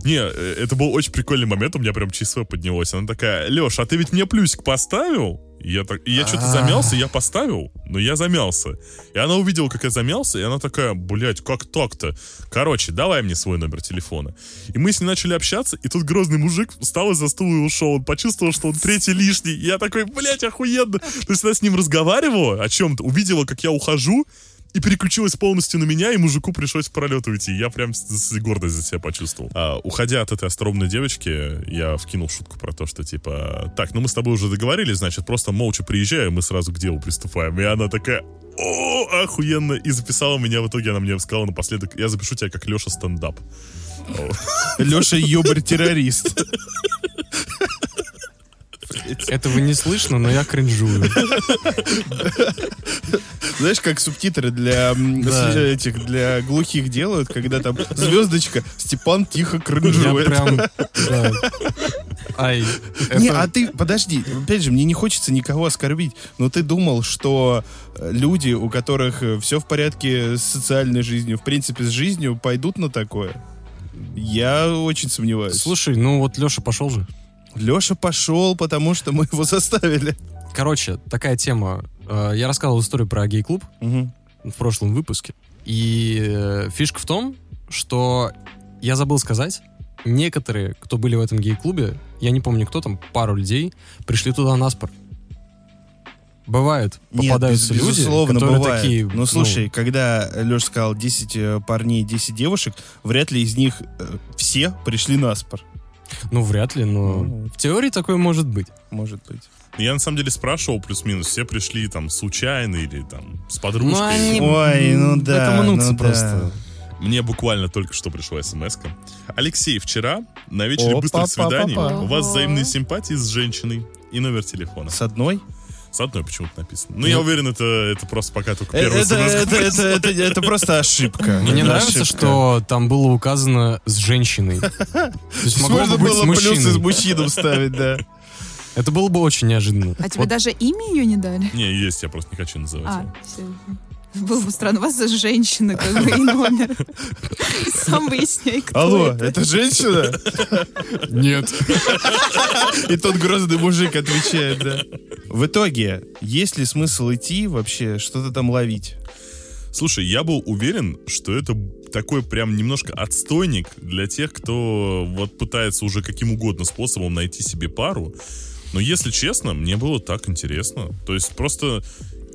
Speaker 1: Не, э, это был очень прикольный момент, у меня прям число поднялось. Она такая, Леш, а ты ведь мне плюсик поставил? И Я, так, и я что-то замялся, я поставил, но я замялся. И она увидела, как я замялся, и она такая, блядь, как так-то? Короче, давай мне свой номер телефона. И мы с ней начали общаться, и тут грозный мужик встал из-за стула и ушел. Он почувствовал, что он третий лишний. И я такой, блядь, охуенно. То есть она с ним разговаривала о чем-то, увидела, как я ухожу, и переключилась полностью на меня, и мужику пришлось в пролет уйти. Я прям с- с- гордость за себя почувствовал. А, уходя от этой остроумной девочки, я вкинул шутку про то, что типа, так, ну мы с тобой уже договорились, значит, просто молча приезжай, и мы сразу к делу приступаем. И она такая, о, охуенно, и записала меня, в итоге она мне сказала напоследок, я запишу тебя как Леша стендап.
Speaker 2: Леша Юбер-террорист.
Speaker 3: Этого не слышно, но я кринжую.
Speaker 2: Знаешь, как субтитры для м,
Speaker 3: Да.
Speaker 2: с- этих для глухих делают, когда там звездочка Степан тихо
Speaker 3: Я
Speaker 2: крынжует.
Speaker 3: прям... да. Ай,
Speaker 2: Не,
Speaker 3: это-
Speaker 2: а ты, подожди, опять же, мне не хочется никого оскорбить, но ты думал, что э, люди, у которых все в порядке с социальной жизнью, в принципе, с жизнью, пойдут на такое? Я очень сомневаюсь.
Speaker 3: Слушай, ну вот Леша пошел же.
Speaker 2: Леша пошел, потому что мы его заставили.
Speaker 3: Короче, такая тема. Э, Я рассказывал историю про гей-клуб в прошлом выпуске. И э, фишка в том, что я забыл сказать, некоторые, кто были в этом гей-клубе, я не помню кто там, пару людей, пришли туда наспор. Бывает,
Speaker 2: Нет,
Speaker 3: попадаются
Speaker 2: без-
Speaker 3: люди,
Speaker 2: безусловно,
Speaker 3: которые
Speaker 2: бывает.
Speaker 3: такие... ну,
Speaker 2: Но слушай, когда Леша сказал 10 э, парней, 10 девушек, вряд ли из них э, все пришли на спор.
Speaker 3: ну, ну, вряд ли, но
Speaker 2: Ну.
Speaker 3: в теории такое может быть.
Speaker 2: Может быть.
Speaker 1: Я на самом деле спрашивал плюс-минус, все пришли там случайно или там с подружкой.
Speaker 3: Ну, они-
Speaker 2: Ой, ну
Speaker 3: М,
Speaker 2: да,
Speaker 3: Это мнутся
Speaker 2: ну да.
Speaker 3: просто.
Speaker 1: Мне буквально только что пришла смс -ка. Алексей, вчера на вечере
Speaker 2: Опа,
Speaker 1: быстрых
Speaker 2: па, па,
Speaker 1: свиданий
Speaker 2: па.
Speaker 1: у вас
Speaker 4: Ого.
Speaker 1: взаимные симпатии с женщиной и номер телефона.
Speaker 2: С одной?
Speaker 1: С одной почему-то написано. Ну, я уверен, это, это просто пока только
Speaker 2: Это,
Speaker 1: первый
Speaker 2: э, это,
Speaker 1: смс
Speaker 2: это, это, это, это просто ошибка.
Speaker 3: Мне
Speaker 2: Это
Speaker 3: нравится,
Speaker 2: ошибка.
Speaker 3: что там было указано с женщиной. То есть могло
Speaker 2: Можно
Speaker 3: бы быть с
Speaker 2: было плюсы с
Speaker 3: мужчиной.
Speaker 2: мужчином ставить, да.
Speaker 3: Это было бы очень неожиданно.
Speaker 4: А тебе
Speaker 3: Вот
Speaker 4: даже имя ее не дали?
Speaker 1: Не, есть, я просто не хочу называть
Speaker 4: А,
Speaker 1: его.
Speaker 4: все. Было бы странно, у вас женщина, как бы, и номер. И Сам выясняй, кто
Speaker 2: Алло,
Speaker 4: это.
Speaker 2: это женщина?
Speaker 3: Нет.
Speaker 2: И тот грозный мужик отвечает, да. В итоге, есть ли смысл идти вообще, что-то там ловить?
Speaker 1: Слушай, я был уверен, что это такой прям немножко отстойник для тех, кто вот пытается уже каким угодно способом найти себе пару. Но если честно, мне было так интересно. То есть просто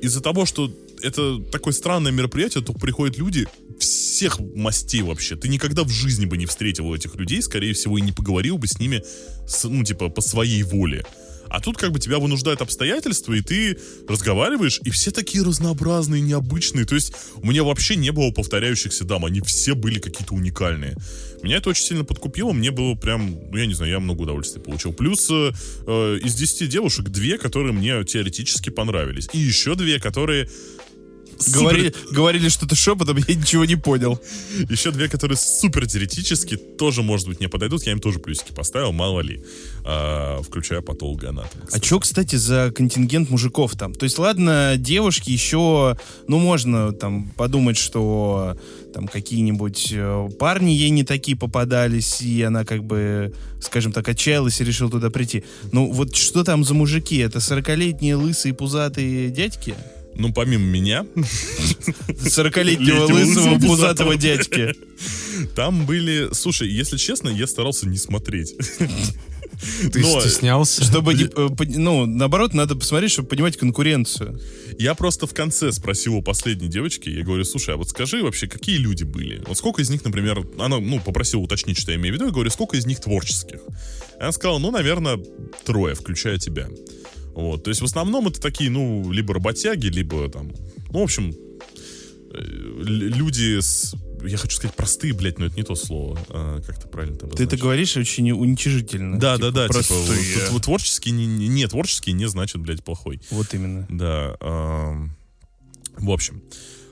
Speaker 1: из-за того, что это такое странное мероприятие, тут приходят люди всех мастей вообще. Ты никогда в жизни бы не встретил этих людей, скорее всего, и не поговорил бы с ними, с- ну, типа, по своей воле. А тут как бы тебя вынуждают обстоятельства, и ты разговариваешь, и все такие разнообразные, необычные. То есть у меня вообще не было повторяющихся дам, они все были какие-то уникальные. Меня это очень сильно подкупило, мне было прям, ну я не знаю, я много удовольствия получил. Плюс э, э, из 10 девушек две, которые мне теоретически понравились. И еще две, которые... супер-
Speaker 2: Говори- говорили что-то шепотом, я ничего не понял.
Speaker 1: еще две, которые супер теоретически тоже, может быть, мне подойдут. Я им тоже плюсики поставил, мало ли. А, включая патологоанатома.
Speaker 2: А что, кстати, за контингент мужиков там? То есть, ладно, девушки еще, ну, можно там подумать, что там какие-нибудь э, парни ей не такие попадались, и она как бы, скажем так, отчаялась и решила туда прийти. Ну, вот что там за мужики? Это 40-летние лысые пузатые дядьки?
Speaker 1: Ну, помимо меня,
Speaker 2: 40-летнего
Speaker 1: Летнего
Speaker 2: лысого
Speaker 1: лысого
Speaker 2: пузатого
Speaker 1: пузатого.
Speaker 2: дядьки.
Speaker 1: там были... Слушай, если честно, я старался не смотреть.
Speaker 3: Ты
Speaker 1: Но
Speaker 3: стеснялся?
Speaker 2: Чтобы, не, э, под- ну, наоборот, надо посмотреть, чтобы понимать конкуренцию.
Speaker 1: я просто в конце спросил у последней девочки, я говорю, слушай, а вот скажи вообще, какие люди были? Вот сколько из них, например, она, ну, попросила уточнить, что я имею в виду, я говорю, сколько из них творческих? И Она сказала, ну, наверное, трое, включая тебя. Вот, то есть в основном это такие, ну, либо работяги, либо там, ну, в общем, э, л- люди с... Я хочу сказать простые, блядь, но это не то слово. А, как это правильно
Speaker 2: Ты это
Speaker 1: обозначить?
Speaker 2: говоришь очень уничижительно.
Speaker 1: Да,
Speaker 2: Типа,
Speaker 1: да, да, типа,
Speaker 2: простые.
Speaker 1: вот, вот- вот творческий, не, не- не, творческий не значит, блядь, плохой.
Speaker 2: Вот именно.
Speaker 1: Да, эм, в общем.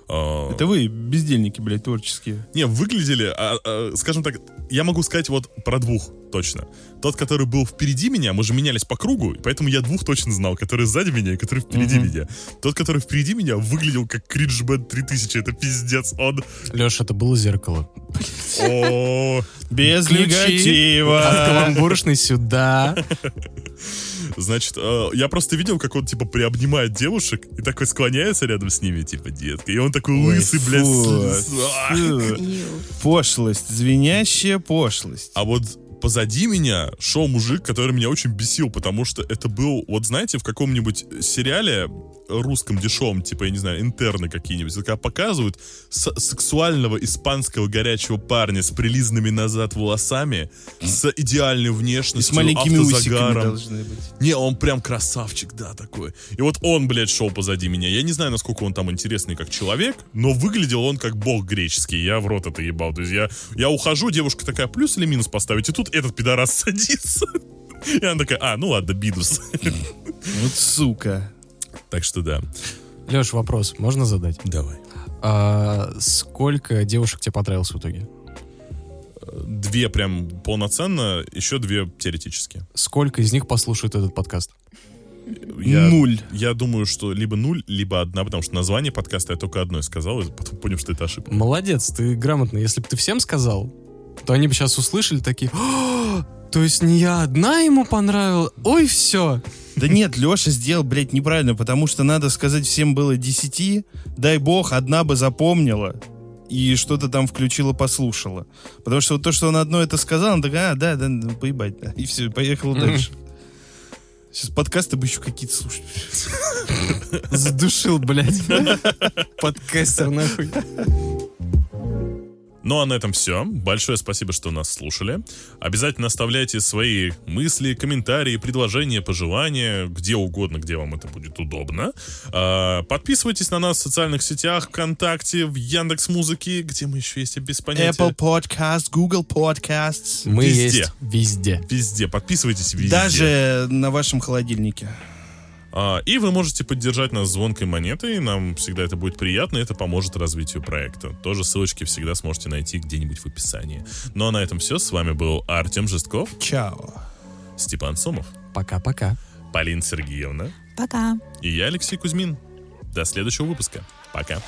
Speaker 1: э,
Speaker 2: Это вы, бездельники, блядь, творческие.
Speaker 1: Не, выглядели, а, а, скажем так, я могу сказать вот про двух точно. Тот, который был впереди меня, мы же менялись по кругу, и поэтому я двух точно знал, который сзади меня и который впереди
Speaker 2: Мгм.
Speaker 1: меня. Тот, который впереди меня, выглядел как Криджбен 3000, это пиздец, он...
Speaker 3: Леша, это было зеркало.
Speaker 1: О,
Speaker 2: Без
Speaker 3: Ключи От
Speaker 2: негатива.
Speaker 3: каламбуршной сюда.
Speaker 1: Значит, э, я просто видел, как он, типа, приобнимает девушек и такой склоняется рядом с ними, типа, детка. И он такой лысый,
Speaker 2: Ой,
Speaker 1: блядь,
Speaker 2: фу,
Speaker 1: с- с- а.
Speaker 2: фу. Пошлость, звенящая пошлость.
Speaker 1: А вот позади меня шел мужик, который меня очень бесил, потому что это был, вот знаете, в каком-нибудь сериале русском дешевом, типа, я не знаю, интерны какие-нибудь, когда показывают с- сексуального испанского горячего парня с прилизанными назад волосами, с идеальной
Speaker 2: И с
Speaker 1: внешностью,
Speaker 2: маленькими усиками
Speaker 1: автозагаром.
Speaker 2: должны быть.
Speaker 1: Не, он прям красавчик, да, такой. И вот он, блядь, шел позади меня. Я не знаю, насколько он там интересный как человек, но выглядел он как бог греческий. Я в рот это ебал. То есть я, я ухожу, девушка такая, плюс или минус поставить, и тут этот пидорас садится. И она такая, а, ну ладно, бидус.
Speaker 2: Вот сука.
Speaker 1: Так что да,
Speaker 3: Леш, вопрос можно задать?
Speaker 1: давай.
Speaker 3: А сколько девушек тебе понравилось в итоге?
Speaker 1: Две прям полноценно, еще две теоретически.
Speaker 3: Сколько из них послушают этот подкаст?
Speaker 1: Я-
Speaker 2: Нуль.
Speaker 1: Я думаю, что либо нуль, либо одна, потому что название подкаста я только одной сказал, и потом понял, что это ошибка.
Speaker 3: Молодец, ты грамотно. Если бы ты всем сказал, то они бы сейчас услышали такие... «А, То есть не я одна ему понравилась? Ой, все.
Speaker 2: Да нет, Леша сделал, блядь, неправильно, потому что надо сказать всем было 10, дай бог, одна бы запомнила и что-то там включила, послушала. Потому что вот то, что он одно это сказал, он такая, а, да, да, ну, поебать, да. И все, поехал
Speaker 3: Мгм.
Speaker 2: дальше. Сейчас подкасты бы еще какие-то слушать.
Speaker 3: Задушил, блядь. Подкастер нахуй.
Speaker 1: Ну а на этом все. Большое спасибо, что нас слушали. Обязательно оставляйте свои мысли, комментарии, предложения, пожелания, где угодно, где вам это будет удобно. А, Подписывайтесь на нас в социальных сетях, ВКонтакте, в Яндекс Музыке, где мы еще есть, я без понятия.
Speaker 2: Apple Podcast, Google Podcasts.
Speaker 3: Мы
Speaker 1: Везде.
Speaker 3: есть везде.
Speaker 1: Везде, подписывайтесь везде.
Speaker 2: Даже на вашем холодильнике.
Speaker 1: А, И вы можете поддержать нас звонкой монетой, нам всегда это будет приятно, и это поможет развитию проекта. Тоже ссылочки всегда сможете найти где-нибудь в описании. Ну а на этом все. С вами был Артем Жестков,
Speaker 2: Чао.
Speaker 1: Степан Сомов.
Speaker 3: Пока-пока.
Speaker 1: Полина Сергеевна
Speaker 4: Пока.
Speaker 1: и я, Алексей Кузьмин. До следующего выпуска. Пока.